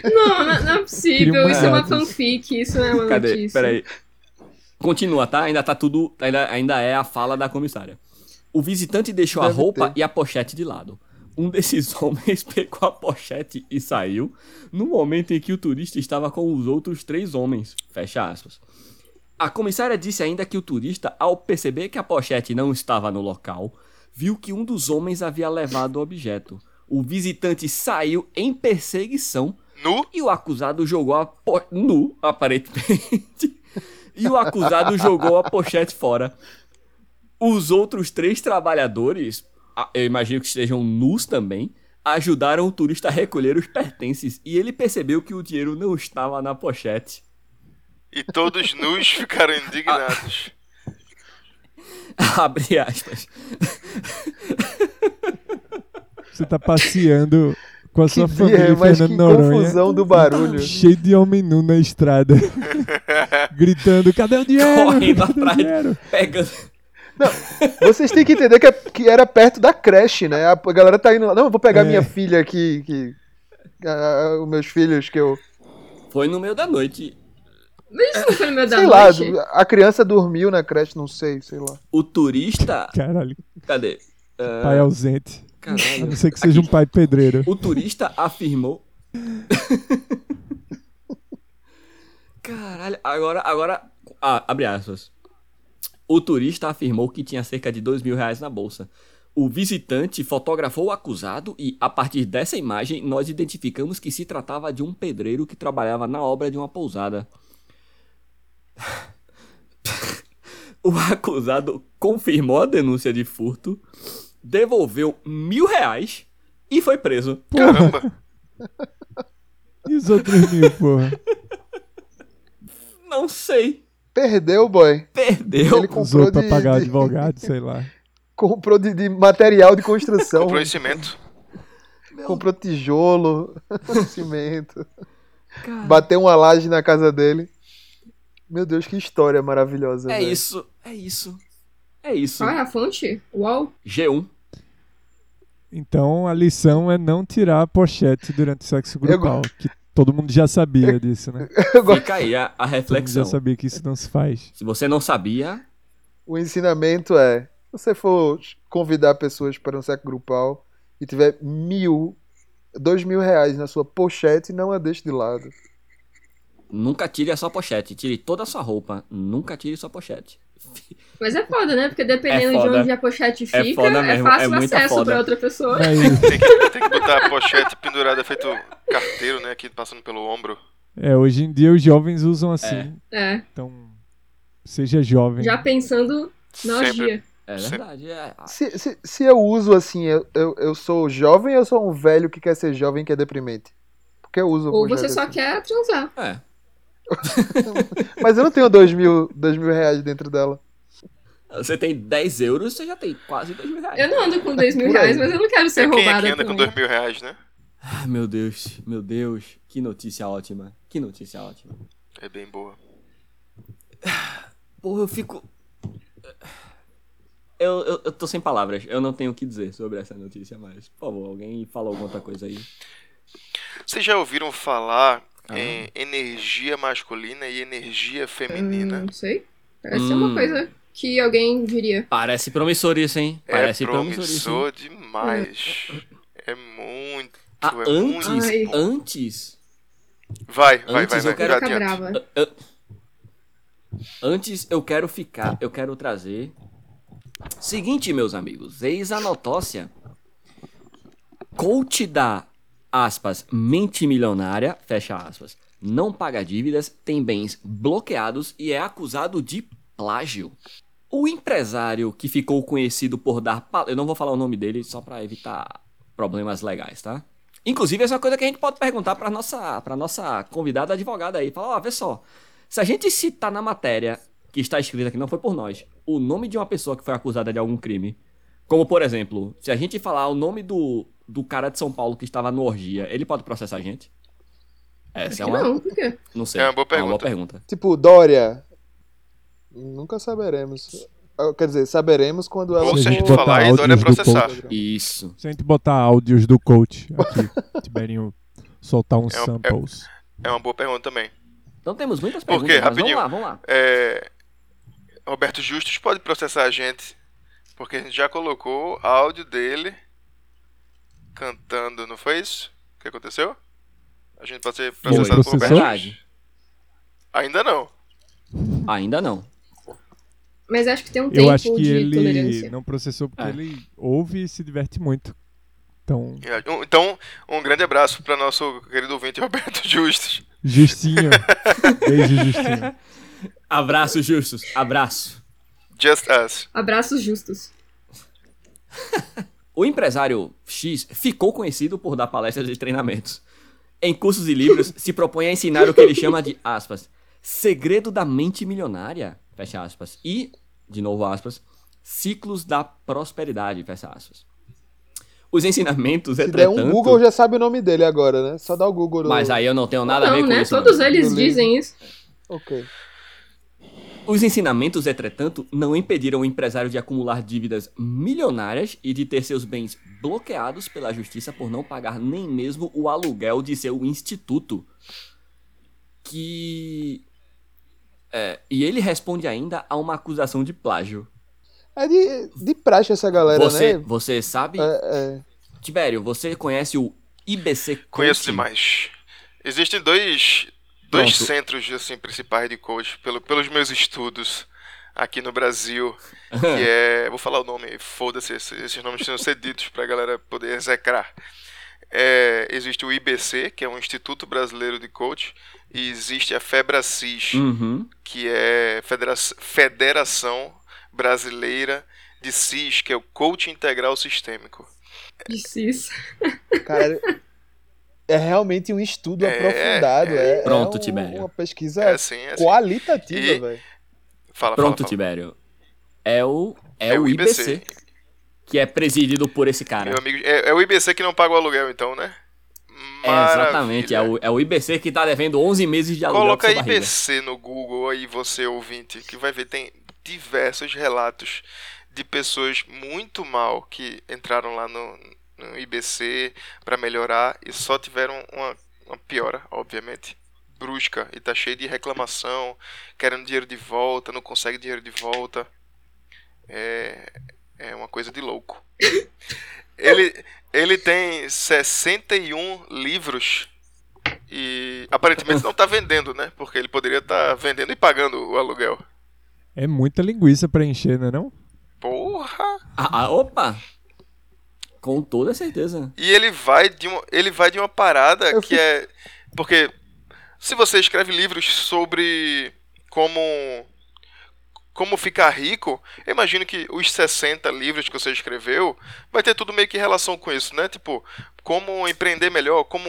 Não, não, não é Queria possível. uma Isso é uma dessas. fanfic, isso não é uma Cadê? notícia. Peraí. Continua, tá? Ainda tá tudo. Ainda, ainda é a fala da comissária. O visitante deixou a Deve roupa e a pochete de lado. um desses homens pegou a pochete e saiu no momento em que o turista estava com os outros três homens. Fecha aspas. A comissária disse ainda que o turista, ao perceber que a pochete não estava no local, viu que um dos homens havia levado o objeto. O visitante saiu em perseguição Nu? e o acusado jogou a po... nu, aparentemente. E o acusado jogou a pochete fora. Os outros três trabalhadores, a- eu imagino que estejam nus também, ajudaram o turista a recolher os pertences e ele percebeu que o dinheiro não estava na pochete. E todos nus ficaram indignados. Abre aspas. Você tá passeando com a sua que família dia, é, em mas Fernando é. que Noronha. confusão do barulho. Cheio de homem nu na estrada. gritando, cadê o dinheiro? Correndo Cadê o atrás. dinheiro? Pegando. Vocês têm que entender que, é- que era perto da creche, né? A p- galera tá indo lá. Não, eu vou É. pegar minha filha aqui, que, ah, os meus filhos que eu. Foi no meio da noite. Mas isso não foi no meu da sei lá, noite. a criança dormiu na creche, não sei, sei lá. O turista. Caralho, que Cadê? Ah, pai ausente. A caralho. não ser que seja um pai pedreiro. O turista afirmou. Caralho, agora, agora. Ah, abre aspas. O turista afirmou que tinha cerca de dois mil reais na bolsa. O visitante fotografou o acusado e, a partir dessa imagem, nós identificamos que se tratava de um pedreiro que trabalhava na obra de uma pousada. O acusado confirmou a denúncia de furto, devolveu mil reais e foi preso. Caramba. E os outros mil, porra? Não sei. Perdeu, boy. Perdeu. Ele Os comprou outros de, pra pagar de- advogado, sei lá. comprou de, de material de construção. Comprou esse cimento. comprou tijolo, cimento. Cara. Bateu uma laje na casa dele. Meu Deus, que história maravilhosa. É velho. isso. É isso. um, É isso. Qual é a fonte? Uau. G1. Então a lição é não tirar a pochete durante o sexo Eu grupal. Que todo mundo já sabia disso, né? Fica aí a, a Todo mundo já reflexão. sabia que isso não se faz. Se você não sabia, O ensinamento é: se você for convidar pessoas para um sexo grupal e tiver mil, dois mil reais na sua pochete, não a deixe de lado. nunca tire a sua pochete. Tire toda a sua roupa. Nunca tire sua pochete. Mas é foda, né? Porque dependendo É de foda. onde a pochete É fica, foda é, mesmo, é fácil muita acesso foda. pra outra pessoa. Aí, Tem que, tem que botar a pochete pendurada é feito carteiro, né? Aqui passando pelo ombro. é, hoje em dia os jovens usam assim. É. Então, seja jovem. Já pensando na Uhum. Sempre. orgia. É Sim. verdade. é- Se, se, se eu uso assim, eu, eu, eu sou jovem ou eu sou um velho que quer ser jovem que é deprimente? Porque eu uso Ou pochete você só assim. quer transar. É. Mas eu não tenho dois mil, dois mil reais dentro dela. Você tem 10 euros, você já tem quase 2 mil reais. Eu não ando com dois mil Por aí. reais, mas eu não quero ser É quem roubada aqui anda com também. dois mil reais, né? Ai, meu Deus. Meu Deus. Que notícia ótima. Que notícia ótima. É bem boa. Porra, eu fico. Eu, eu, eu tô sem palavras. Eu não tenho o que dizer sobre essa notícia mais. Por favor, alguém fala alguma outra coisa aí. Vocês já ouviram falar Ah. em energia masculina e energia feminina? Hum, Não sei. Parece ser uma Hum. coisa que alguém diria. Parece promissor isso, hein? Parece é promissor isso. hein? promissor demais. É muito, Ah, é muito. antes, Ai. bom. antes, Vai, vai, vai, antes vai. eu quero já Fica adianto. brava. antes eu quero ficar, eu quero trazer. Seguinte, meus amigos, eis a notócia. Coach da, aspas, mente milionária, fecha aspas, não paga dívidas, tem bens bloqueados e é acusado de plágio. O empresário que ficou conhecido por dar... pal- Eu não vou falar o nome dele só pra evitar problemas legais, tá? Inclusive, essa é uma coisa que a gente pode perguntar pra nossa, pra nossa convidada advogada aí. Fala, ó, vê só, se a gente citar na matéria que está escrita que não foi por nós, o nome de uma pessoa que foi acusada de algum crime, como por exemplo, se a gente falar o nome do, do cara de São Paulo que estava no orgia, ele pode processar a gente? Essa é Que uma. não, por quê? Não sei. É uma boa pergunta. pergunta. Tipo, Dória. Nunca saberemos. Ah, Quer dizer, saberemos quando ela Ou Se se a a gente gente for- botar falar isso, olha áudios do processar. Isso. Se a gente botar áudios do coach aqui, Tiberinho soltar uns É um- é- samples. É uma boa pergunta também. Então temos muitas Por quê? perguntas. mas vamos Rapidinho. lá, vamos lá. É, Roberto Justus pode processar a gente, porque a gente já colocou áudio dele cantando, não foi isso que aconteceu? A gente pode ser Foi. processado por Processou? Roberto? Verdade. Ainda não. Ainda não. Mas acho que tem um Eu tempo acho que de ele tolerância. não processou porque É. ele ouve e se diverte muito. Então, É, um- Então, um grande abraço para nosso querido ouvinte Roberto Justus. Justinho. Beijo, Justinho. Abraço, Justus. Abraço. Just Us. Abraços justos. O empresário X ficou conhecido por dar palestras de treinamentos. Em cursos e livros, se propõe a ensinar o que ele chama de aspas, segredo da mente milionária, fecha aspas, e, de novo aspas, ciclos da prosperidade, fecha aspas. Os ensinamentos, Se der um entretanto- Google, já sabe o nome dele agora, né? Só dá o Google. no- Mas aí eu não tenho nada a ver não, com né? isso. não. Todos eles Eu lembro. dizem isso. Ok. Os ensinamentos, entretanto, não impediram o empresário de acumular dívidas milionárias e de ter seus bens bloqueados pela justiça por não pagar nem mesmo o aluguel de seu instituto. Que. É, e ele responde ainda a uma acusação de plágio. É de, de praxe essa galera, Você, né? você sabe. É, é. Tibério, você conhece o IBC Coaching? Conheço demais. Existem dois, dois Pronto. centros assim, principais de coach, pelo, pelos meus estudos aqui no Brasil, que é. Vou falar o nome, foda-se, esse- esses nomes sendo cedidos pra galera poder execrar. É, existe o IBC, que é um Instituto Brasileiro de Coach, e existe a FEBRACIS, Uhum. que é Federa- Federação Brasileira de CIS, que é o Coach Integral Sistêmico. Disse isso. Cara, é realmente um estudo É, aprofundado. é. É, é Pronto, um- Tibério. Uma pesquisa É assim, é assim. qualitativa, E- velho. Fala, fala, Pronto, fala. Tibério. É o. É, É o o IBC, Que é presidido por esse cara. Meu amigo, é, é o IBC que não paga o aluguel, então, né? É, exatamente, é o, é o IBC que tá devendo 11 meses de aluguel Coloca pra sua barriga. IBC no Google aí, você ouvinte, que vai ver, tem diversos relatos de pessoas muito mal que entraram lá no, no IBC pra melhorar e só tiveram uma, uma piora, obviamente, brusca. E tá cheio de reclamação, querendo dinheiro de volta, não consegue dinheiro de volta. É, é uma coisa de louco. Ele, ele tem 61 livros e aparentemente não tá vendendo, né? Porque ele poderia estar vendendo e pagando o aluguel. É muita linguiça pra encher, não é não? Porra! Ah, ah, opa! Com toda certeza. E ele vai de uma, ele vai de uma parada Eu que é. Porque se você escreve livros sobre como. Como ficar rico, eu imagino que os 60 livros que você escreveu vai ter tudo meio que em relação com isso, né? Tipo, como empreender melhor, como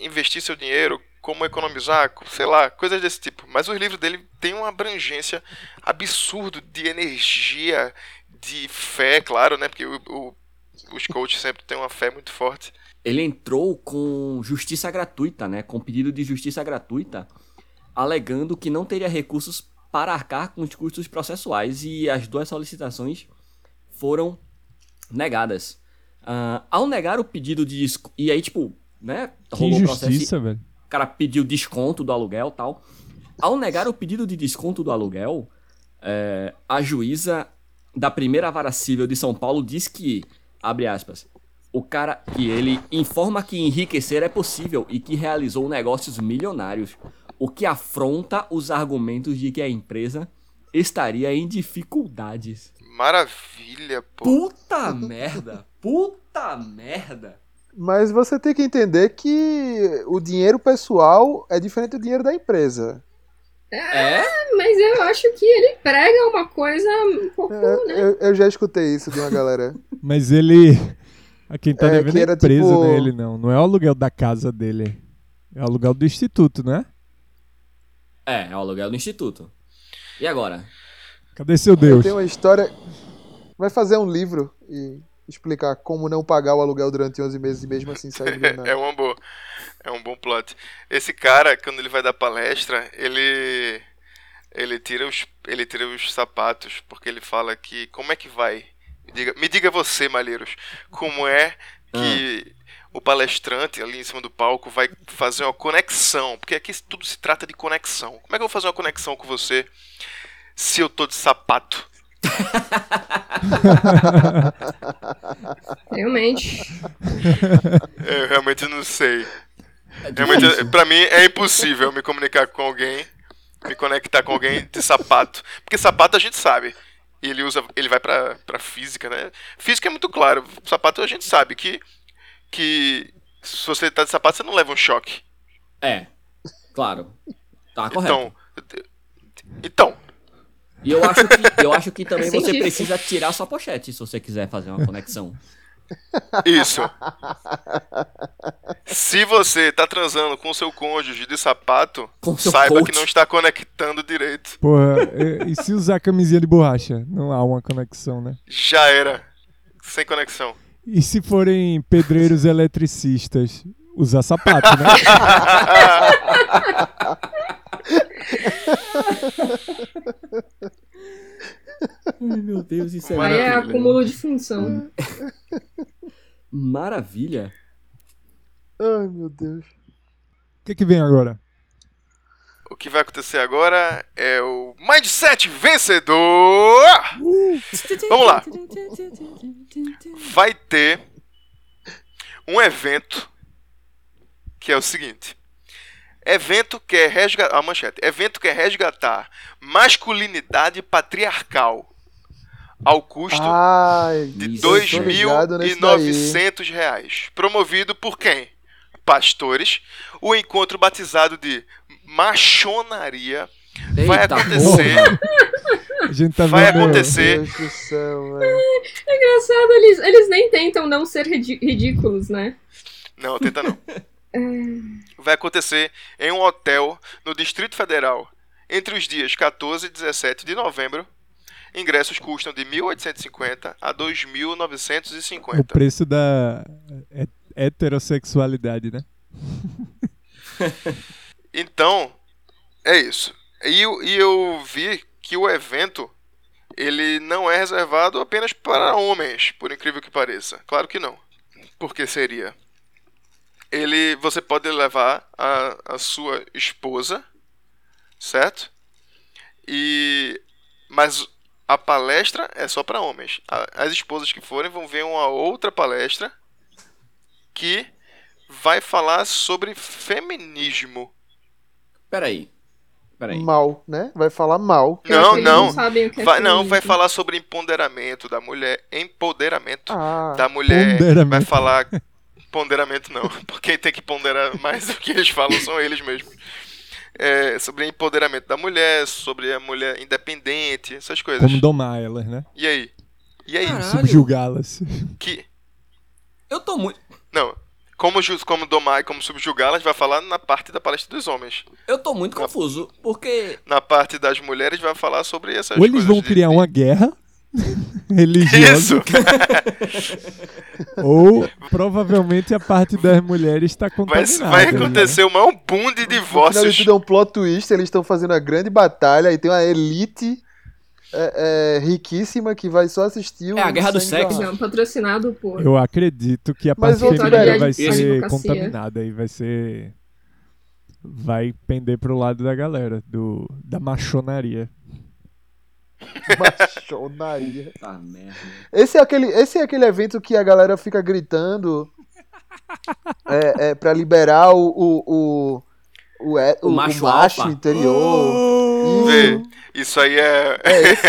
investir seu dinheiro, como economizar, co- sei lá, coisas desse tipo. Mas os livros dele têm uma abrangência absurda de energia, de fé, claro, né? Porque o- o- os coaches sempre têm uma fé muito forte. Ele entrou com justiça gratuita, né? Com pedido de justiça gratuita, alegando que não teria recursos para arcar com os custos processuais e as duas solicitações foram negadas. Ah, ao negar o pedido de desco- e aí tipo, né? Que rolou o processo e- injustiça, velho. o cara pediu desconto do aluguel e tal. Ao negar o pedido de desconto do aluguel, é, a juíza da primeira vara civil de São Paulo diz que, abre aspas, o cara que ele informa que enriquecer é possível e que realizou negócios milionários, o que afronta os argumentos de que a empresa estaria em dificuldades. Maravilha, pô. Puta merda! Puta merda! Mas você tem que entender que o dinheiro pessoal é diferente do dinheiro da empresa. É? Mas eu acho que ele prega uma coisa um pouco, É, né? Eu, eu já escutei isso de uma galera. Mas ele. A quem tá É, devendo que é a era empresa tipo- dele, não. Não é o aluguel da casa dele. É o aluguel do instituto, né? É, é o aluguel do instituto. E agora? Cadê seu Eu Deus? tenho uma história. Vai fazer um livro e explicar como não pagar o aluguel durante 11 meses e mesmo assim sair É, é milionário. uma boa. É um bom plot. Esse cara, quando ele vai dar palestra, ele ele tira os ele tira os sapatos porque ele fala que como é que vai? Me diga, me diga você, Malheiros, como é que o palestrante ali em cima do palco vai fazer uma conexão? Porque aqui tudo se trata de conexão. Como é que eu vou fazer uma conexão com você se eu tô de sapato? Realmente. Eu realmente não sei. É Realmente, difícil. pra mim é impossível me comunicar com alguém, me conectar com alguém de sapato. Porque sapato a gente sabe. E ele usa. Ele vai pra, pra física, né? Física é muito claro. Sapato a gente sabe que. Que se você tá de sapato, você não leva um choque. É, claro. Tá correto. Então. Então. E eu acho que, eu acho que também você Científico. precisa tirar sua pochete se você quiser fazer uma conexão. Isso. Se você tá transando com o seu cônjuge de sapato, Com seu saiba coach. que não está conectando direito. Porra, e, e se usar camisinha de borracha? Não há uma conexão, né? Já era. Sem conexão. E se forem pedreiros eletricistas? Usar sapato, né? Ai, meu Deus, isso é- Aí é Maravilha. acúmulo de função. Maravilha. Ai, meu Deus. O que, que vem agora? O que vai acontecer agora é o Mindset vencedor! Vamos lá. Vai ter um evento que é o seguinte. Evento quer resgatar. A manchete. Evento quer resgatar masculinidade patriarcal ao custo Ah, Ai, de Isso, eu tô ligado nesse daí. 2.900 reais. Promovido por quem? Pastores. O encontro batizado de Machonaria vai Eita, acontecer. A gente tá Vai vendo acontecer. Meu Deus do céu, velho. É engraçado, eles, eles nem tentam não ser ridi- ridículos, né? Não, tenta não. Hum. Vai acontecer em um hotel no Distrito Federal entre os dias 14 e 17 de novembro. Ingressos custam de 1.850 a o 2.950. preço da he- heterossexualidade, né? Então, é isso. E, eu- e eu vi que o evento ele não é reservado apenas para homens, por incrível que pareça. Claro que não. Porque seria. Ele, você pode levar a, a sua esposa, certo? E mas a palestra é só para homens. A- As esposas que forem vão ver uma outra palestra que vai falar sobre feminismo. Peraí. Peraí. Mal, né? Vai falar mal. Eu acho Não, que eles não. sabem o que é Vai, não, vai feminismo. falar sobre empoderamento da mulher. Empoderamento Ah, da mulher. Ponderamento. Vai falar. Ponderamento não. Porque tem que ponderar mais o que eles falam são eles mesmos. É, sobre empoderamento da mulher, sobre a mulher independente, essas coisas. Como domar elas, né? E aí? E aí? Caralho. Subjugá-las. Que. Eu tô muito. Não. Como, ju- como domar e como subjugar, elas vai falar na parte da palestra dos homens. Eu tô muito confuso, porque. Na parte das mulheres vai falar sobre essas Ou coisas. eles vão de- criar uma guerra religiosa, Isso! ou provavelmente a parte das mulheres está Vai, contaminada. vai né? acontecer uma, um boom de no final de divórcios. tudo é um plot twist, eles estão fazendo uma grande batalha e tem uma elite é, é, riquíssima que vai só assistir o É a guerra do sangue sexo. da- Não, patrocinado por. Eu acredito que a Mas parte outra feminina verdade, vai esse- ser advocacia. contaminada e vai ser. Vai pender pro lado da galera, do, da machonaria. Machonaria. Tá merda. Esse é, aquele, esse é aquele evento que a galera fica gritando é, é, pra liberar o. o, o, o, é- O o- o macho macho, alfa. interior. Vê, isso aí é.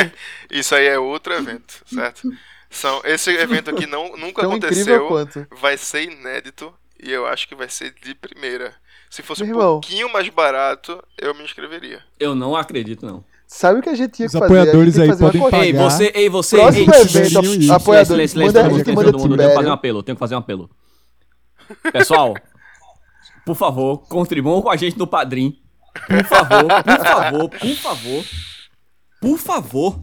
isso aí é outro evento, certo? São, esse evento aqui não, nunca Tão um incrível aconteceu. quanto. Vai ser inédito e eu acho que vai ser de primeira. Se fosse Meu um irmão. pouquinho mais barato, eu me inscreveria. Eu não acredito, não. Sabe o que a gente tinha Os que fazer? A gente apoiadores tem que aí fazer uma podem corrida. Ei, pagar. você, ei, você, ei, Próximo shh, shh, shh, evento, shh, shh, silêncio, apoiadores, silêncio, manda- todo mundo, todo manda mundo, tenho que fazer um Tibério. apelo, tenho que fazer um apelo. Pessoal, por favor, contribuam com a gente no Padrim. Por favor, por favor, por favor. Por favor.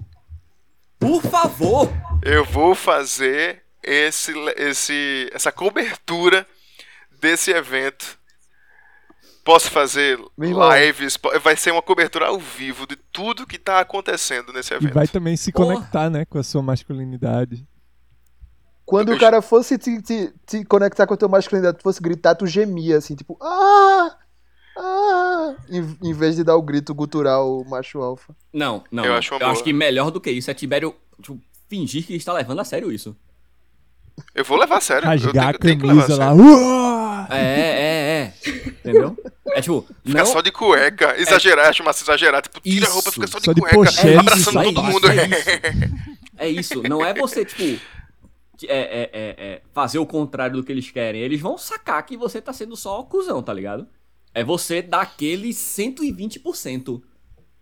Por favor. Eu vou fazer esse, esse, essa cobertura desse evento. Posso fazer Meu irmão. lives, po- vai ser uma cobertura ao vivo de tudo que tá acontecendo nesse E evento. vai também se Porra. conectar, né, com a sua masculinidade. Quando o Bicho. cara fosse te, te, te conectar com a tua masculinidade, tu fosse gritar, tu gemia, assim, tipo, ah! Ah! Em, em vez de dar o grito gutural macho alfa. Não, não. Eu não. acho uma eu acho boa. que melhor do que isso é Tibério tipo, fingir que está levando a sério isso. Eu vou levar a sério. eu Rasgar a tenho- tenho que levar a camisa lá. sério. Uá! É, é, é. Entendeu? É tipo, Ficar não, só de cueca. Exagerar, chamar se exagerar. Tipo, tira a Isso, roupa, fica só de só de cueca. pochete, abraçando sai todo É isso, mundo. sai é isso. Não é você, tipo, que- é, é, é, é, fazer o contrário do que eles querem. Eles vão sacar que você tá sendo só cuzão, tá ligado? É você dar aquele 120%.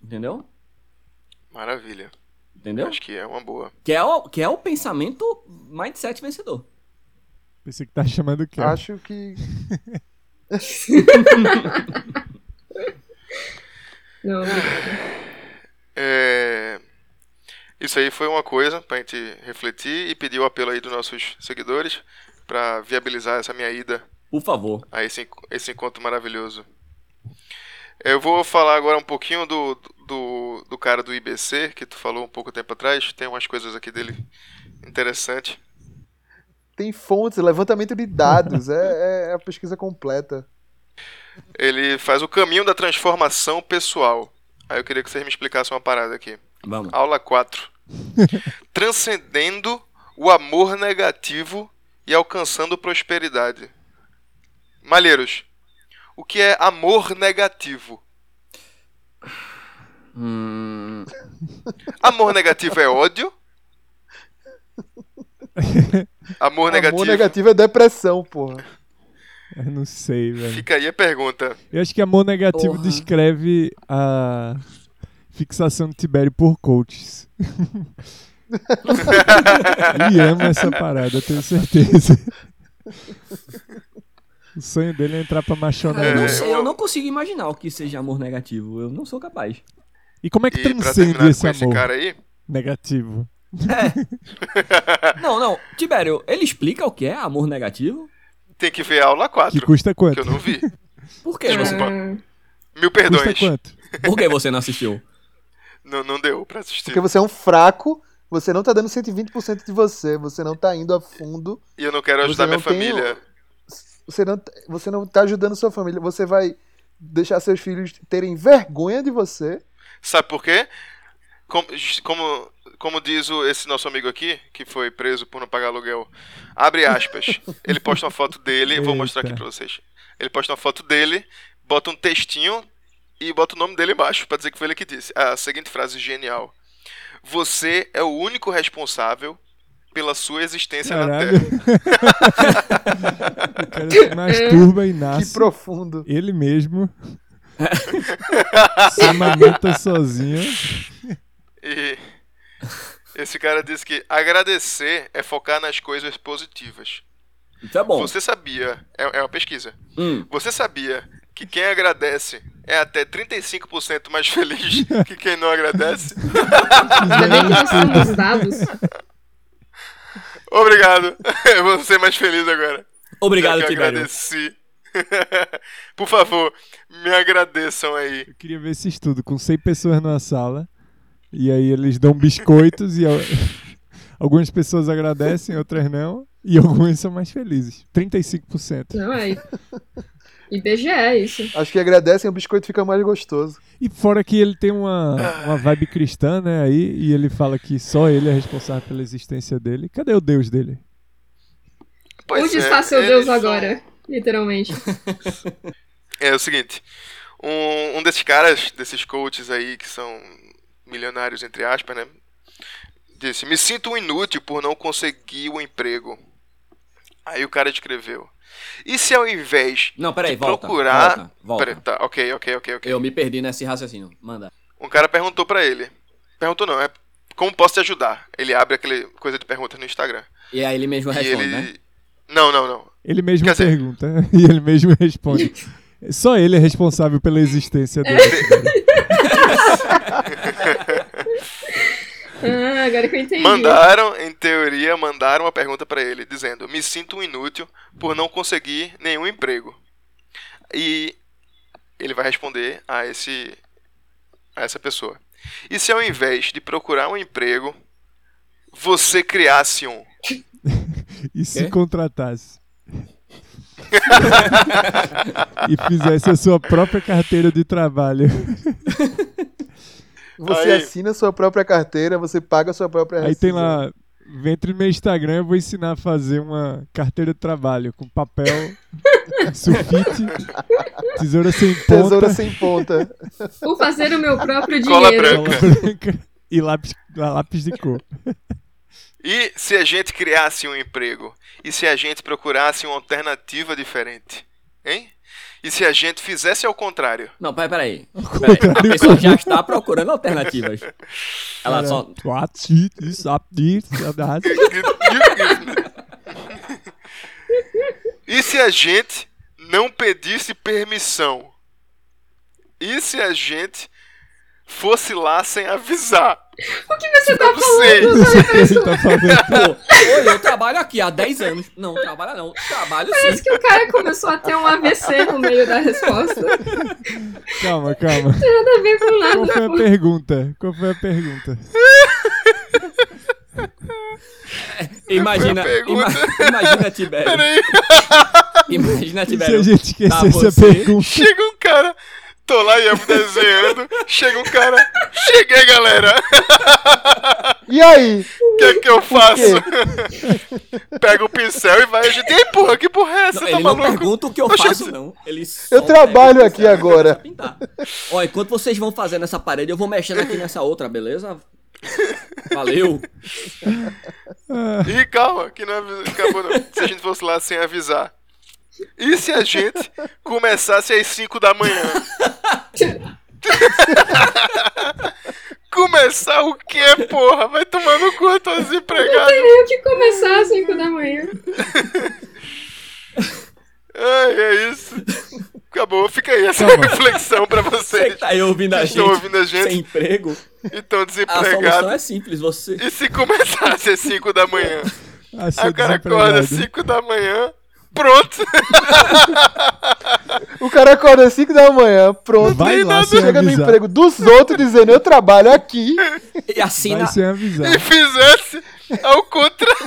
Entendeu? Maravilha. Entendeu? Acho que é uma boa. Que é o, que é o pensamento mindset vencedor. Pensei que tá chamando o quê? Acho que. Não, É, Isso aí foi uma coisa pra gente refletir e pedir o apelo aí dos nossos seguidores pra viabilizar essa minha ida Por favor. a esse, enco- esse encontro maravilhoso. Eu vou falar agora um pouquinho do, do, do cara do IBC, que tu falou um pouco tempo atrás. Tem umas coisas aqui dele interessante. Tem fontes, levantamento de dados. É, é a pesquisa completa. Ele faz o caminho da transformação pessoal. Aí eu queria que vocês me explicassem uma parada aqui. Vamos. Aula 4. Transcendendo o amor negativo e alcançando prosperidade. Malheiros, o que é amor negativo? Hum, Amor negativo é ódio? Amor negativo. Amor negativo é depressão, porra. Eu não sei, velho. Fica aí a pergunta. Eu acho que amor negativo Porra. descreve a fixação de Tibério por coaches. Ele ama essa parada, eu tenho certeza. O sonho dele é entrar pra cara, eu, machonaria. não sei, eu- eu não consigo imaginar o que seja amor negativo. Eu não sou capaz. E como é que E pra transcende terminar esse com esse amor cara aí, negativo? Não, não. Tibério, ele explica o que é amor negativo? tem que ver a aula Que 4, que, custa quanto? eu não vi. Por é, quê? Desculpa. Você- Mil Custa perdões. quanto? Por que você não assistiu? Não, não deu pra assistir. Porque você é um fraco, você não tá dando 120% de você, você não tá indo a fundo, E eu não quero você ajudar minha não tem o- família. você não, você não tá ajudando sua família, você vai deixar seus filhos terem vergonha de você. Sabe por quê? Com- Como, como diz o- esse nosso amigo aqui, que foi preso por não pagar aluguel, abre aspas. Ele posta uma foto dele, vou mostrar aqui Eita. pra vocês. Ele posta uma foto dele, bota um textinho e bota o nome dele embaixo pra dizer que foi ele que disse. A seguinte frase genial: Você é o único responsável pela sua existência na Caralho. Terra. o cara se masturba e nasce. Que profundo. Ele mesmo. se amamenta sozinho. E esse cara disse que agradecer é focar nas coisas positivas. Isso é bom. Você sabia? É, é uma pesquisa. Hum. Você sabia que quem agradece é até 35% mais feliz que quem não agradece? Ainda é bem que nós temos dados. Obrigado. Eu vou ser mais feliz agora. Obrigado, já que eu Tibério. agradeci. Por favor, me agradeçam aí. Eu queria ver esse estudo com 100 pessoas numa sala. E aí eles dão biscoitos e al- algumas pessoas agradecem, outras não. E algumas são mais felizes. 35%. Não é. IBGE é isso. Acho que agradecem, o biscoito fica mais gostoso. E fora que ele tem uma, uma vibe cristã, né? Aí, e ele fala que só ele é responsável pela existência dele. Cadê o Deus dele? Pois Onde é, está seu eles Deus são- agora? Literalmente. É o seguinte, um, um desses caras, desses coaches aí que são milionários entre aspas, né? Disse: "Me sinto um inútil por não conseguir o emprego". Aí o cara escreveu: "E se ao invés Não, peraí, de volta. procurar, Volta, volta. Peraí, tá, ok, ok, ok, ok. Eu me perdi nesse raciocínio. Manda. Um cara perguntou pra ele. Perguntou não, é como posso te ajudar? Ele abre aquele coisa de perguntas no Instagram. E aí ele mesmo e responde, ele né? Não, não, não. Ele mesmo Quer dizer- pergunta e ele mesmo responde. Só ele é responsável pela existência dele. Ah, agora que eu entendi. Mandaram, em teoria, mandaram uma pergunta pra ele dizendo: "Me sinto um inútil por não conseguir nenhum emprego". E ele vai responder a esse a essa pessoa. E se ao invés de procurar um emprego, você criasse um? E se Quê? contratasse. e fizesse a sua própria carteira de trabalho. Você Aí. assina sua própria carteira, você paga sua É, própria Aí tem rescisão. lá, entre no meu Instagram, eu vou ensinar a fazer uma carteira de trabalho com papel, sulfite, tesoura sem ponta, Tesoura sem ponta. Vou fazer o meu próprio Cola dinheiro. cola branca e lápis, lápis de cor. E se a gente criasse um emprego? E se a gente procurasse uma alternativa diferente? Hein? E se a gente fizesse ao contrário? Não, pera- peraí. peraí. A pessoa já está procurando alternativas. Ela só. E se a gente não pedisse permissão? E se a gente fosse lá sem avisar? O que você tá Não sei. falando? Ele tá falando. Pô, oi, eu trabalho aqui há 10 anos. Não, trabalha não. Trabalho sim. Parece que o cara começou a ter um AVC no meio da resposta. Não Calma, calma. tem nada a ver com Qual foi nada. a pergunta? Qual foi a pergunta? Imagina. Foi a Ima, pergunta. imagina Tibério. Peraí, é Imagina E se a Tibério. gente esquecesse Tá, a você- pergunta? chega um cara. Tô lá e eu me desenhando. Chega um cara. Cheguei, galera. E aí? O que é que eu faço? Pega o pincel e vai. A gente. Ei, porra, que porra é essa? Não, tá ele não maluco? pergunta o que eu Oxe, faço, não. Ele só Eu trabalho pega o aqui pincel e agora. começa a pintar. Ó, enquanto vocês vão fazendo essa parede, eu vou mexendo aqui nessa outra, beleza? Valeu. Ih, calma, que não avi- acabou não. Se a gente fosse lá sem avisar. E se a gente começasse às 5 da manhã? Começar o quê, porra? Vai tomar no cu, eu tô Não desempregado. tem nem o que começar às 5 da manhã. Ai, é isso. Acabou, fica aí essa reflexão pra Você vocês que tá aí ouvindo a Vocês gente, estão ouvindo a gente? sem emprego, que estão a solução desempregados. é simples. Você E se começasse às 5 da manhã? A ser Aí o cara acorda às desempregado. 5 da manhã, pronto. O cara acorda às 5 da manhã, pronto. Vai lá sem chega no avisar. emprego dos outros dizendo eu trabalho aqui. e assina Vai sem avisar. E fizesse ao contrário.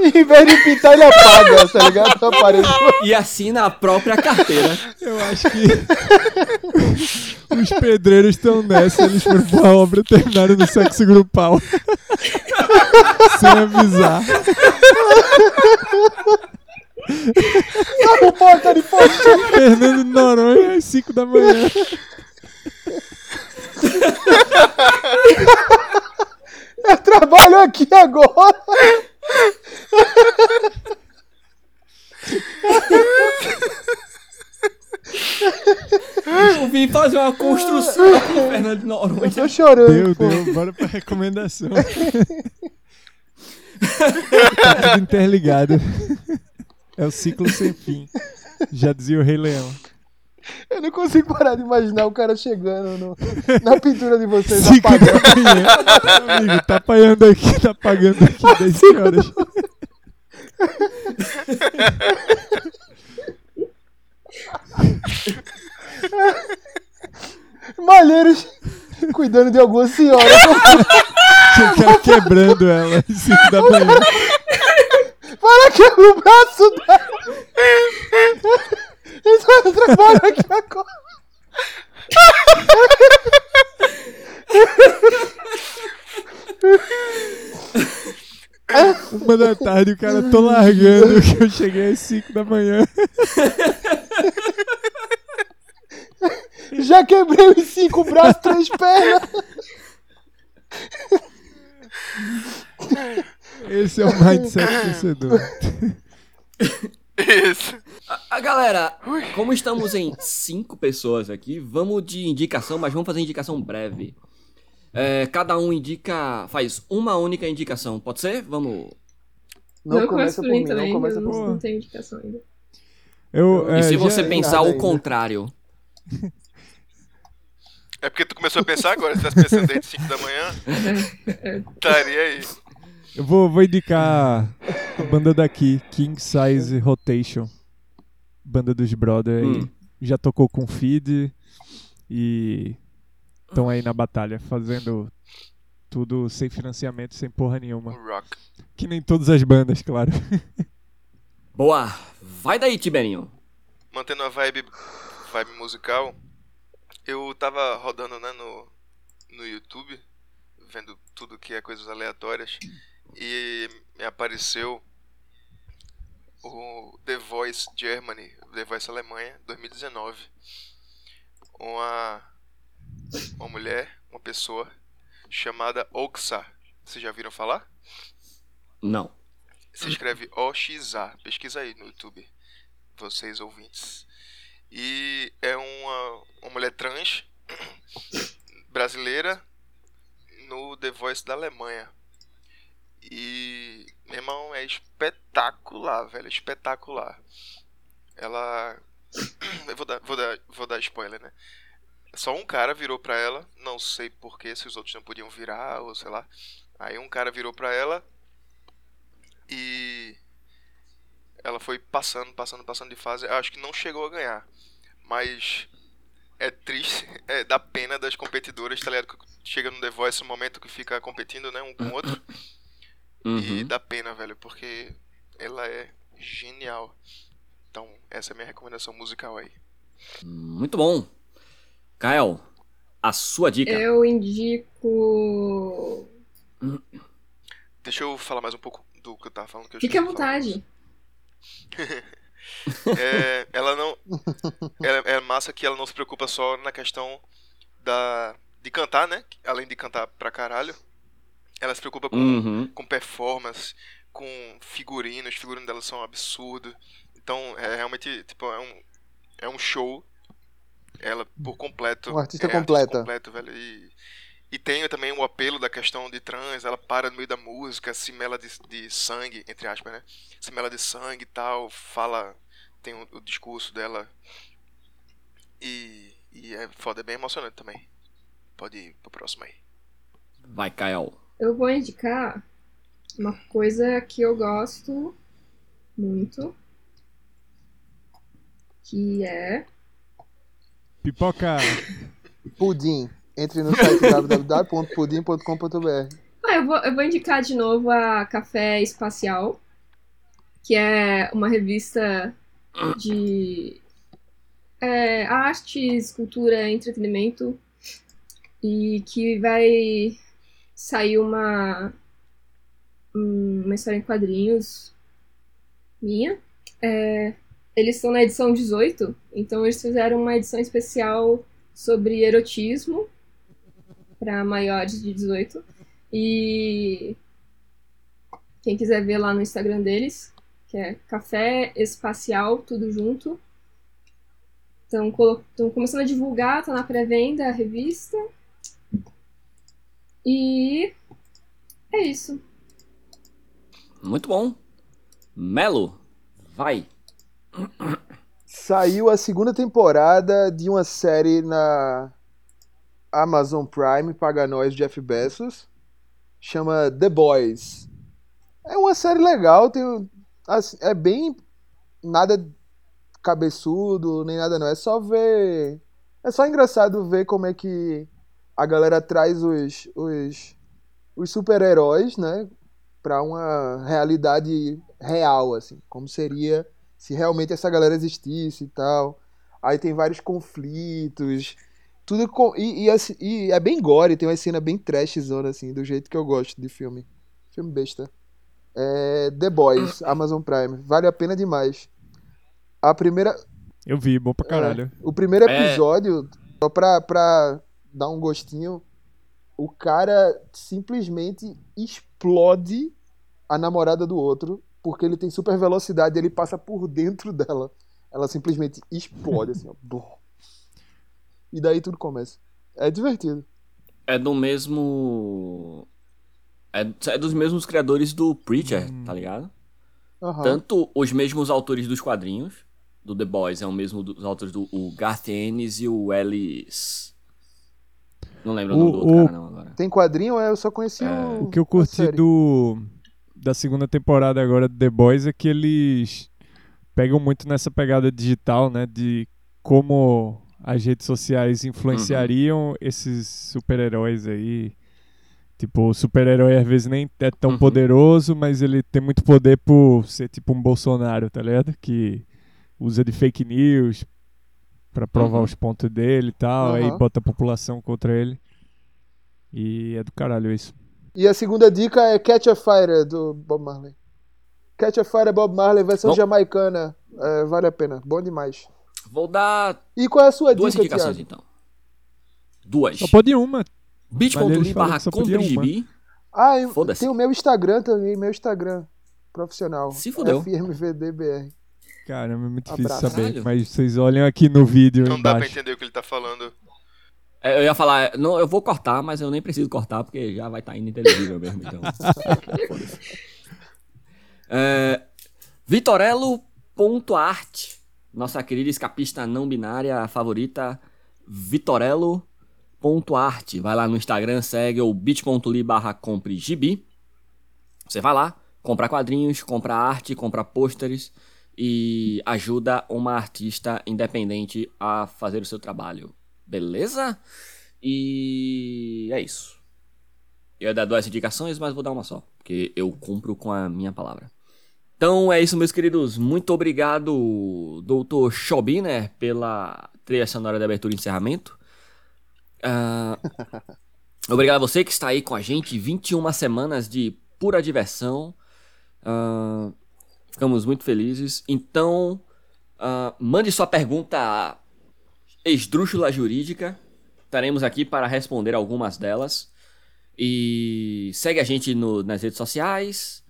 E em vez de pintar, ele apaga, tá ligado? Aparece. e assina a própria carteira. Eu acho que os pedreiros estão nessa, eles foram pra obra e terminaram no sexo grupal. Sem avisar. Ah, o porta de porta. Fernando de Noronha às 5 da manhã. Eu trabalho aqui agora. Eu vim fazer uma construção aqui, Fernando Noronha. Tô chorando. Deu, pô. deu. Bora pra recomendação. Tá tudo interligado. É o ciclo sem fim. Já dizia o Rei Leão. Eu não consigo parar de imaginar o cara chegando no- na pintura de vocês. 5 apagando. da manhã. Amigo, tá apanhando aqui, tá pagando aqui 10 horas. Malheiros cuidando de alguma senhora. Tinha um cara quebrando ela às 5 da manhã. Para que é o braço dela. Isso é trabalho aqui agora. Uma da tarde, o cara, tô largando que eu cheguei às 5 da manhã. Já quebrei os cinco braços, três pernas. Esse é o mindset vencedor. Isso. Ah, galera, como estamos em cinco pessoas aqui, vamos de indicação, mas vamos fazer indicação breve. É, cada um indica, faz uma única indicação, pode ser? Vamos. Não, começa começa por por mim mim, também, não começa eu por Tá. não, mim. não tenho indicação ainda. Eu, e é, se já- você pensar nada o ainda. contrário? É porque tu começou a pensar agora, se tivesse pensando desde 5 da manhã, estaria aí. Eu vou, vou indicar a banda daqui, King Size Rotation. Banda dos Brothers. Hum. Já tocou com Feed e estão aí na batalha, fazendo tudo sem financiamento, sem porra nenhuma. Rock. Que nem todas as bandas, claro. Boa! Vai daí, Tiberinho. Mantendo a vibe, vibe musical, Eu tava rodando, né, no, no YouTube, vendo tudo que é coisas aleatórias, e me apareceu o The Voice Germany, The Voice Alemanha, 2019. Uma, uma mulher, uma pessoa, chamada Oxa. Vocês já viram falar? Não. Se escreve OXA. Pesquisa aí no YouTube, vocês ouvintes. E é uma, uma mulher trans brasileira no The Voice da Alemanha. E, meu irmão, é espetacular, velho. Espetacular. Ela. Eu vou dar, vou dar, vou dar spoiler, né? Só um cara virou pra ela, não sei porquê, se os outros não podiam virar, ou sei lá. Aí um cara virou pra ela e ela foi passando, passando, passando de fase. Eu acho que não chegou a ganhar. Mas é triste, é da pena das competidoras, tá ligado? Que Chega no The Voice um momento que fica competindo, né? Um com o outro. E Uhum. dá pena, velho, porque ela é genial. Então, essa é a minha recomendação musical aí. Uhum. Muito bom. Kael, a sua dica. Eu indico. Deixa eu falar mais um pouco do que eu tava falando. Que eu Fique à esqueci de falar. vontade. É, ela não. ela- é massa que ela não se preocupa só na questão da. de cantar, né? Além de cantar pra caralho, ela se preocupa com, Uhum. com performance, com figurinos. Os figurinos dela são um absurdo. Então, é realmente, tipo, é um, é um show. Ela por completo. Uma artista é completa. completo, velho. E, e tem também o apelo da questão de trans. Ela para no meio da música, se mela de, de sangue, entre aspas, né? Se mela de sangue e tal. Fala. Tem o, o discurso dela. E, e é foda, é bem emocionante também. Pode ir pro próximo aí. Vai, Kael. Eu vou indicar uma coisa que eu gosto muito. Que é. Pipoca. Pudim. Entre no site www.pudim.com.br. Ah, eu vou, eu vou indicar de novo a Café Espacial, que é uma revista de é, artes, cultura, entretenimento, e que vai sair uma, hum, uma história em quadrinhos minha. É, eles estão na edição 18, então eles fizeram uma edição especial sobre erotismo para maiores de 18. E quem quiser ver lá no Instagram deles, que é Café Espacial, tudo junto. Estão começando a divulgar, tá na pré-venda a revista. E é isso. Muito bom. Melo, vai. Saiu a segunda temporada de uma série na Amazon Prime, paga nós, Jeff Bezos. Chama The Boys. É uma série legal, tem, assim, é bem nada cabeçudo, nem nada não. É só ver. É só engraçado ver como é que a galera traz os, os, os super-heróis, né? Pra uma realidade real, assim. Como seria se realmente essa galera existisse e tal. Aí tem vários conflitos. Tudo com. E, e assim- e é bem gore, tem uma cena bem trashzona, assim, do jeito que eu gosto de filme. Filme besta. É The Boys, Amazon Prime. Vale a pena demais. A primeira. Eu vi, bom pra caralho. O primeiro É. episódio, só pra, pra dar um gostinho, o cara simplesmente explode a namorada do outro, porque ele tem super velocidade e ele passa por dentro dela. Ela simplesmente explode, assim, ó. Blum. E daí tudo começa. É divertido. É do mesmo. É, é dos mesmos criadores do Preacher, tá ligado? Aham. Tanto os mesmos autores dos quadrinhos, do The Boys, é o mesmo dos autores do o Garth Ennis e o Ellis. Não lembro o, nome do O- outro o- cara, não, agora. Tem quadrinho? É, Eu só conheci o. O que eu curti série. do da segunda temporada agora do The Boys é que eles pegam muito nessa pegada digital, né, de como as redes sociais influenciariam Uhum. esses super-heróis aí. Tipo, o super-herói às vezes nem é tão Uhum. poderoso, mas ele tem muito poder por ser tipo um Bolsonaro, tá ligado? Que usa de fake news Pra provar Uhum. os pontos dele e tal. Aí Aham. bota a população contra ele. E é do caralho isso. E a segunda dica é Catch a Fire, do Bob Marley. Catch a Fire, é Bob Marley, versão Bom. jamaicana. É, vale a pena, bom demais. Vou dar E qual é a sua duas dica, indicações, Thiago? então. Duas. Só pode uma. Mas bit.ly eles falam barra que só podia compre uma. gibi. Ah, eu- Foda-se. tem o meu Instagram também, meu Instagram profissional. É Se fudeu. FMVDBR. Caramba, é muito difícil Abraço. saber. Caralho. Mas vocês olham aqui no vídeo Não dá pra embaixo. entender o que ele tá falando. É, Eu ia falar, não, eu vou cortar, mas eu nem preciso cortar, porque já vai estar tá ininteligível mesmo, então. Foda-se. é, Vitorello.art, nossa querida escapista não binária favorita, Vitorello.art. Vai lá no Instagram, segue o bit.ly barra compre gibi. Você vai lá, compra quadrinhos, compra arte, compra pôsteres e ajuda uma artista independente a fazer o seu trabalho. Beleza? E é isso. Eu ia dar duas indicações, mas vou dar uma só, porque eu cumpro com a minha palavra. Então é isso, meus queridos. Muito obrigado, Dr. Schobiner, pela trilha sonora de abertura e encerramento. Ah, obrigado a você que está aí com a gente. 21 semanas de pura diversão. Ah, ficamos muito felizes. Então, ah, mande sua pergunta esdrúxula jurídica. Estaremos aqui para responder algumas delas. E segue a gente no- nas redes sociais.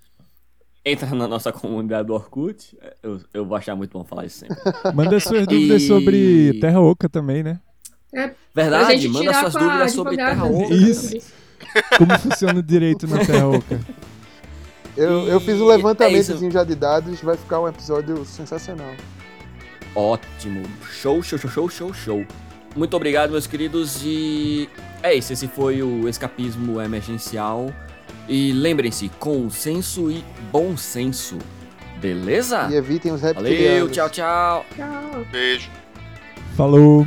Entra na nossa comunidade do Orkut. Eu, eu vou achar muito bom falar isso sempre. Manda suas dúvidas E- sobre Terra Oca também, né? Pra Verdade, gente manda tirar suas com a dúvidas sobre terra advogada. oca. Isso. Como funciona o direito na Terra Oca? Eu, eu fiz um E é levantamentozinho já de dados, vai ficar um episódio sensacional. Ótimo. Show, show, show, show, show, show. Muito obrigado, meus queridos. E é isso. Esse foi o Escapismo Emergencial. E lembrem-se, consenso e bom senso. Beleza? Ah. é, E evitem os reptilianos. Valeu, tchau, tchau. Tchau. Beijo. Falou.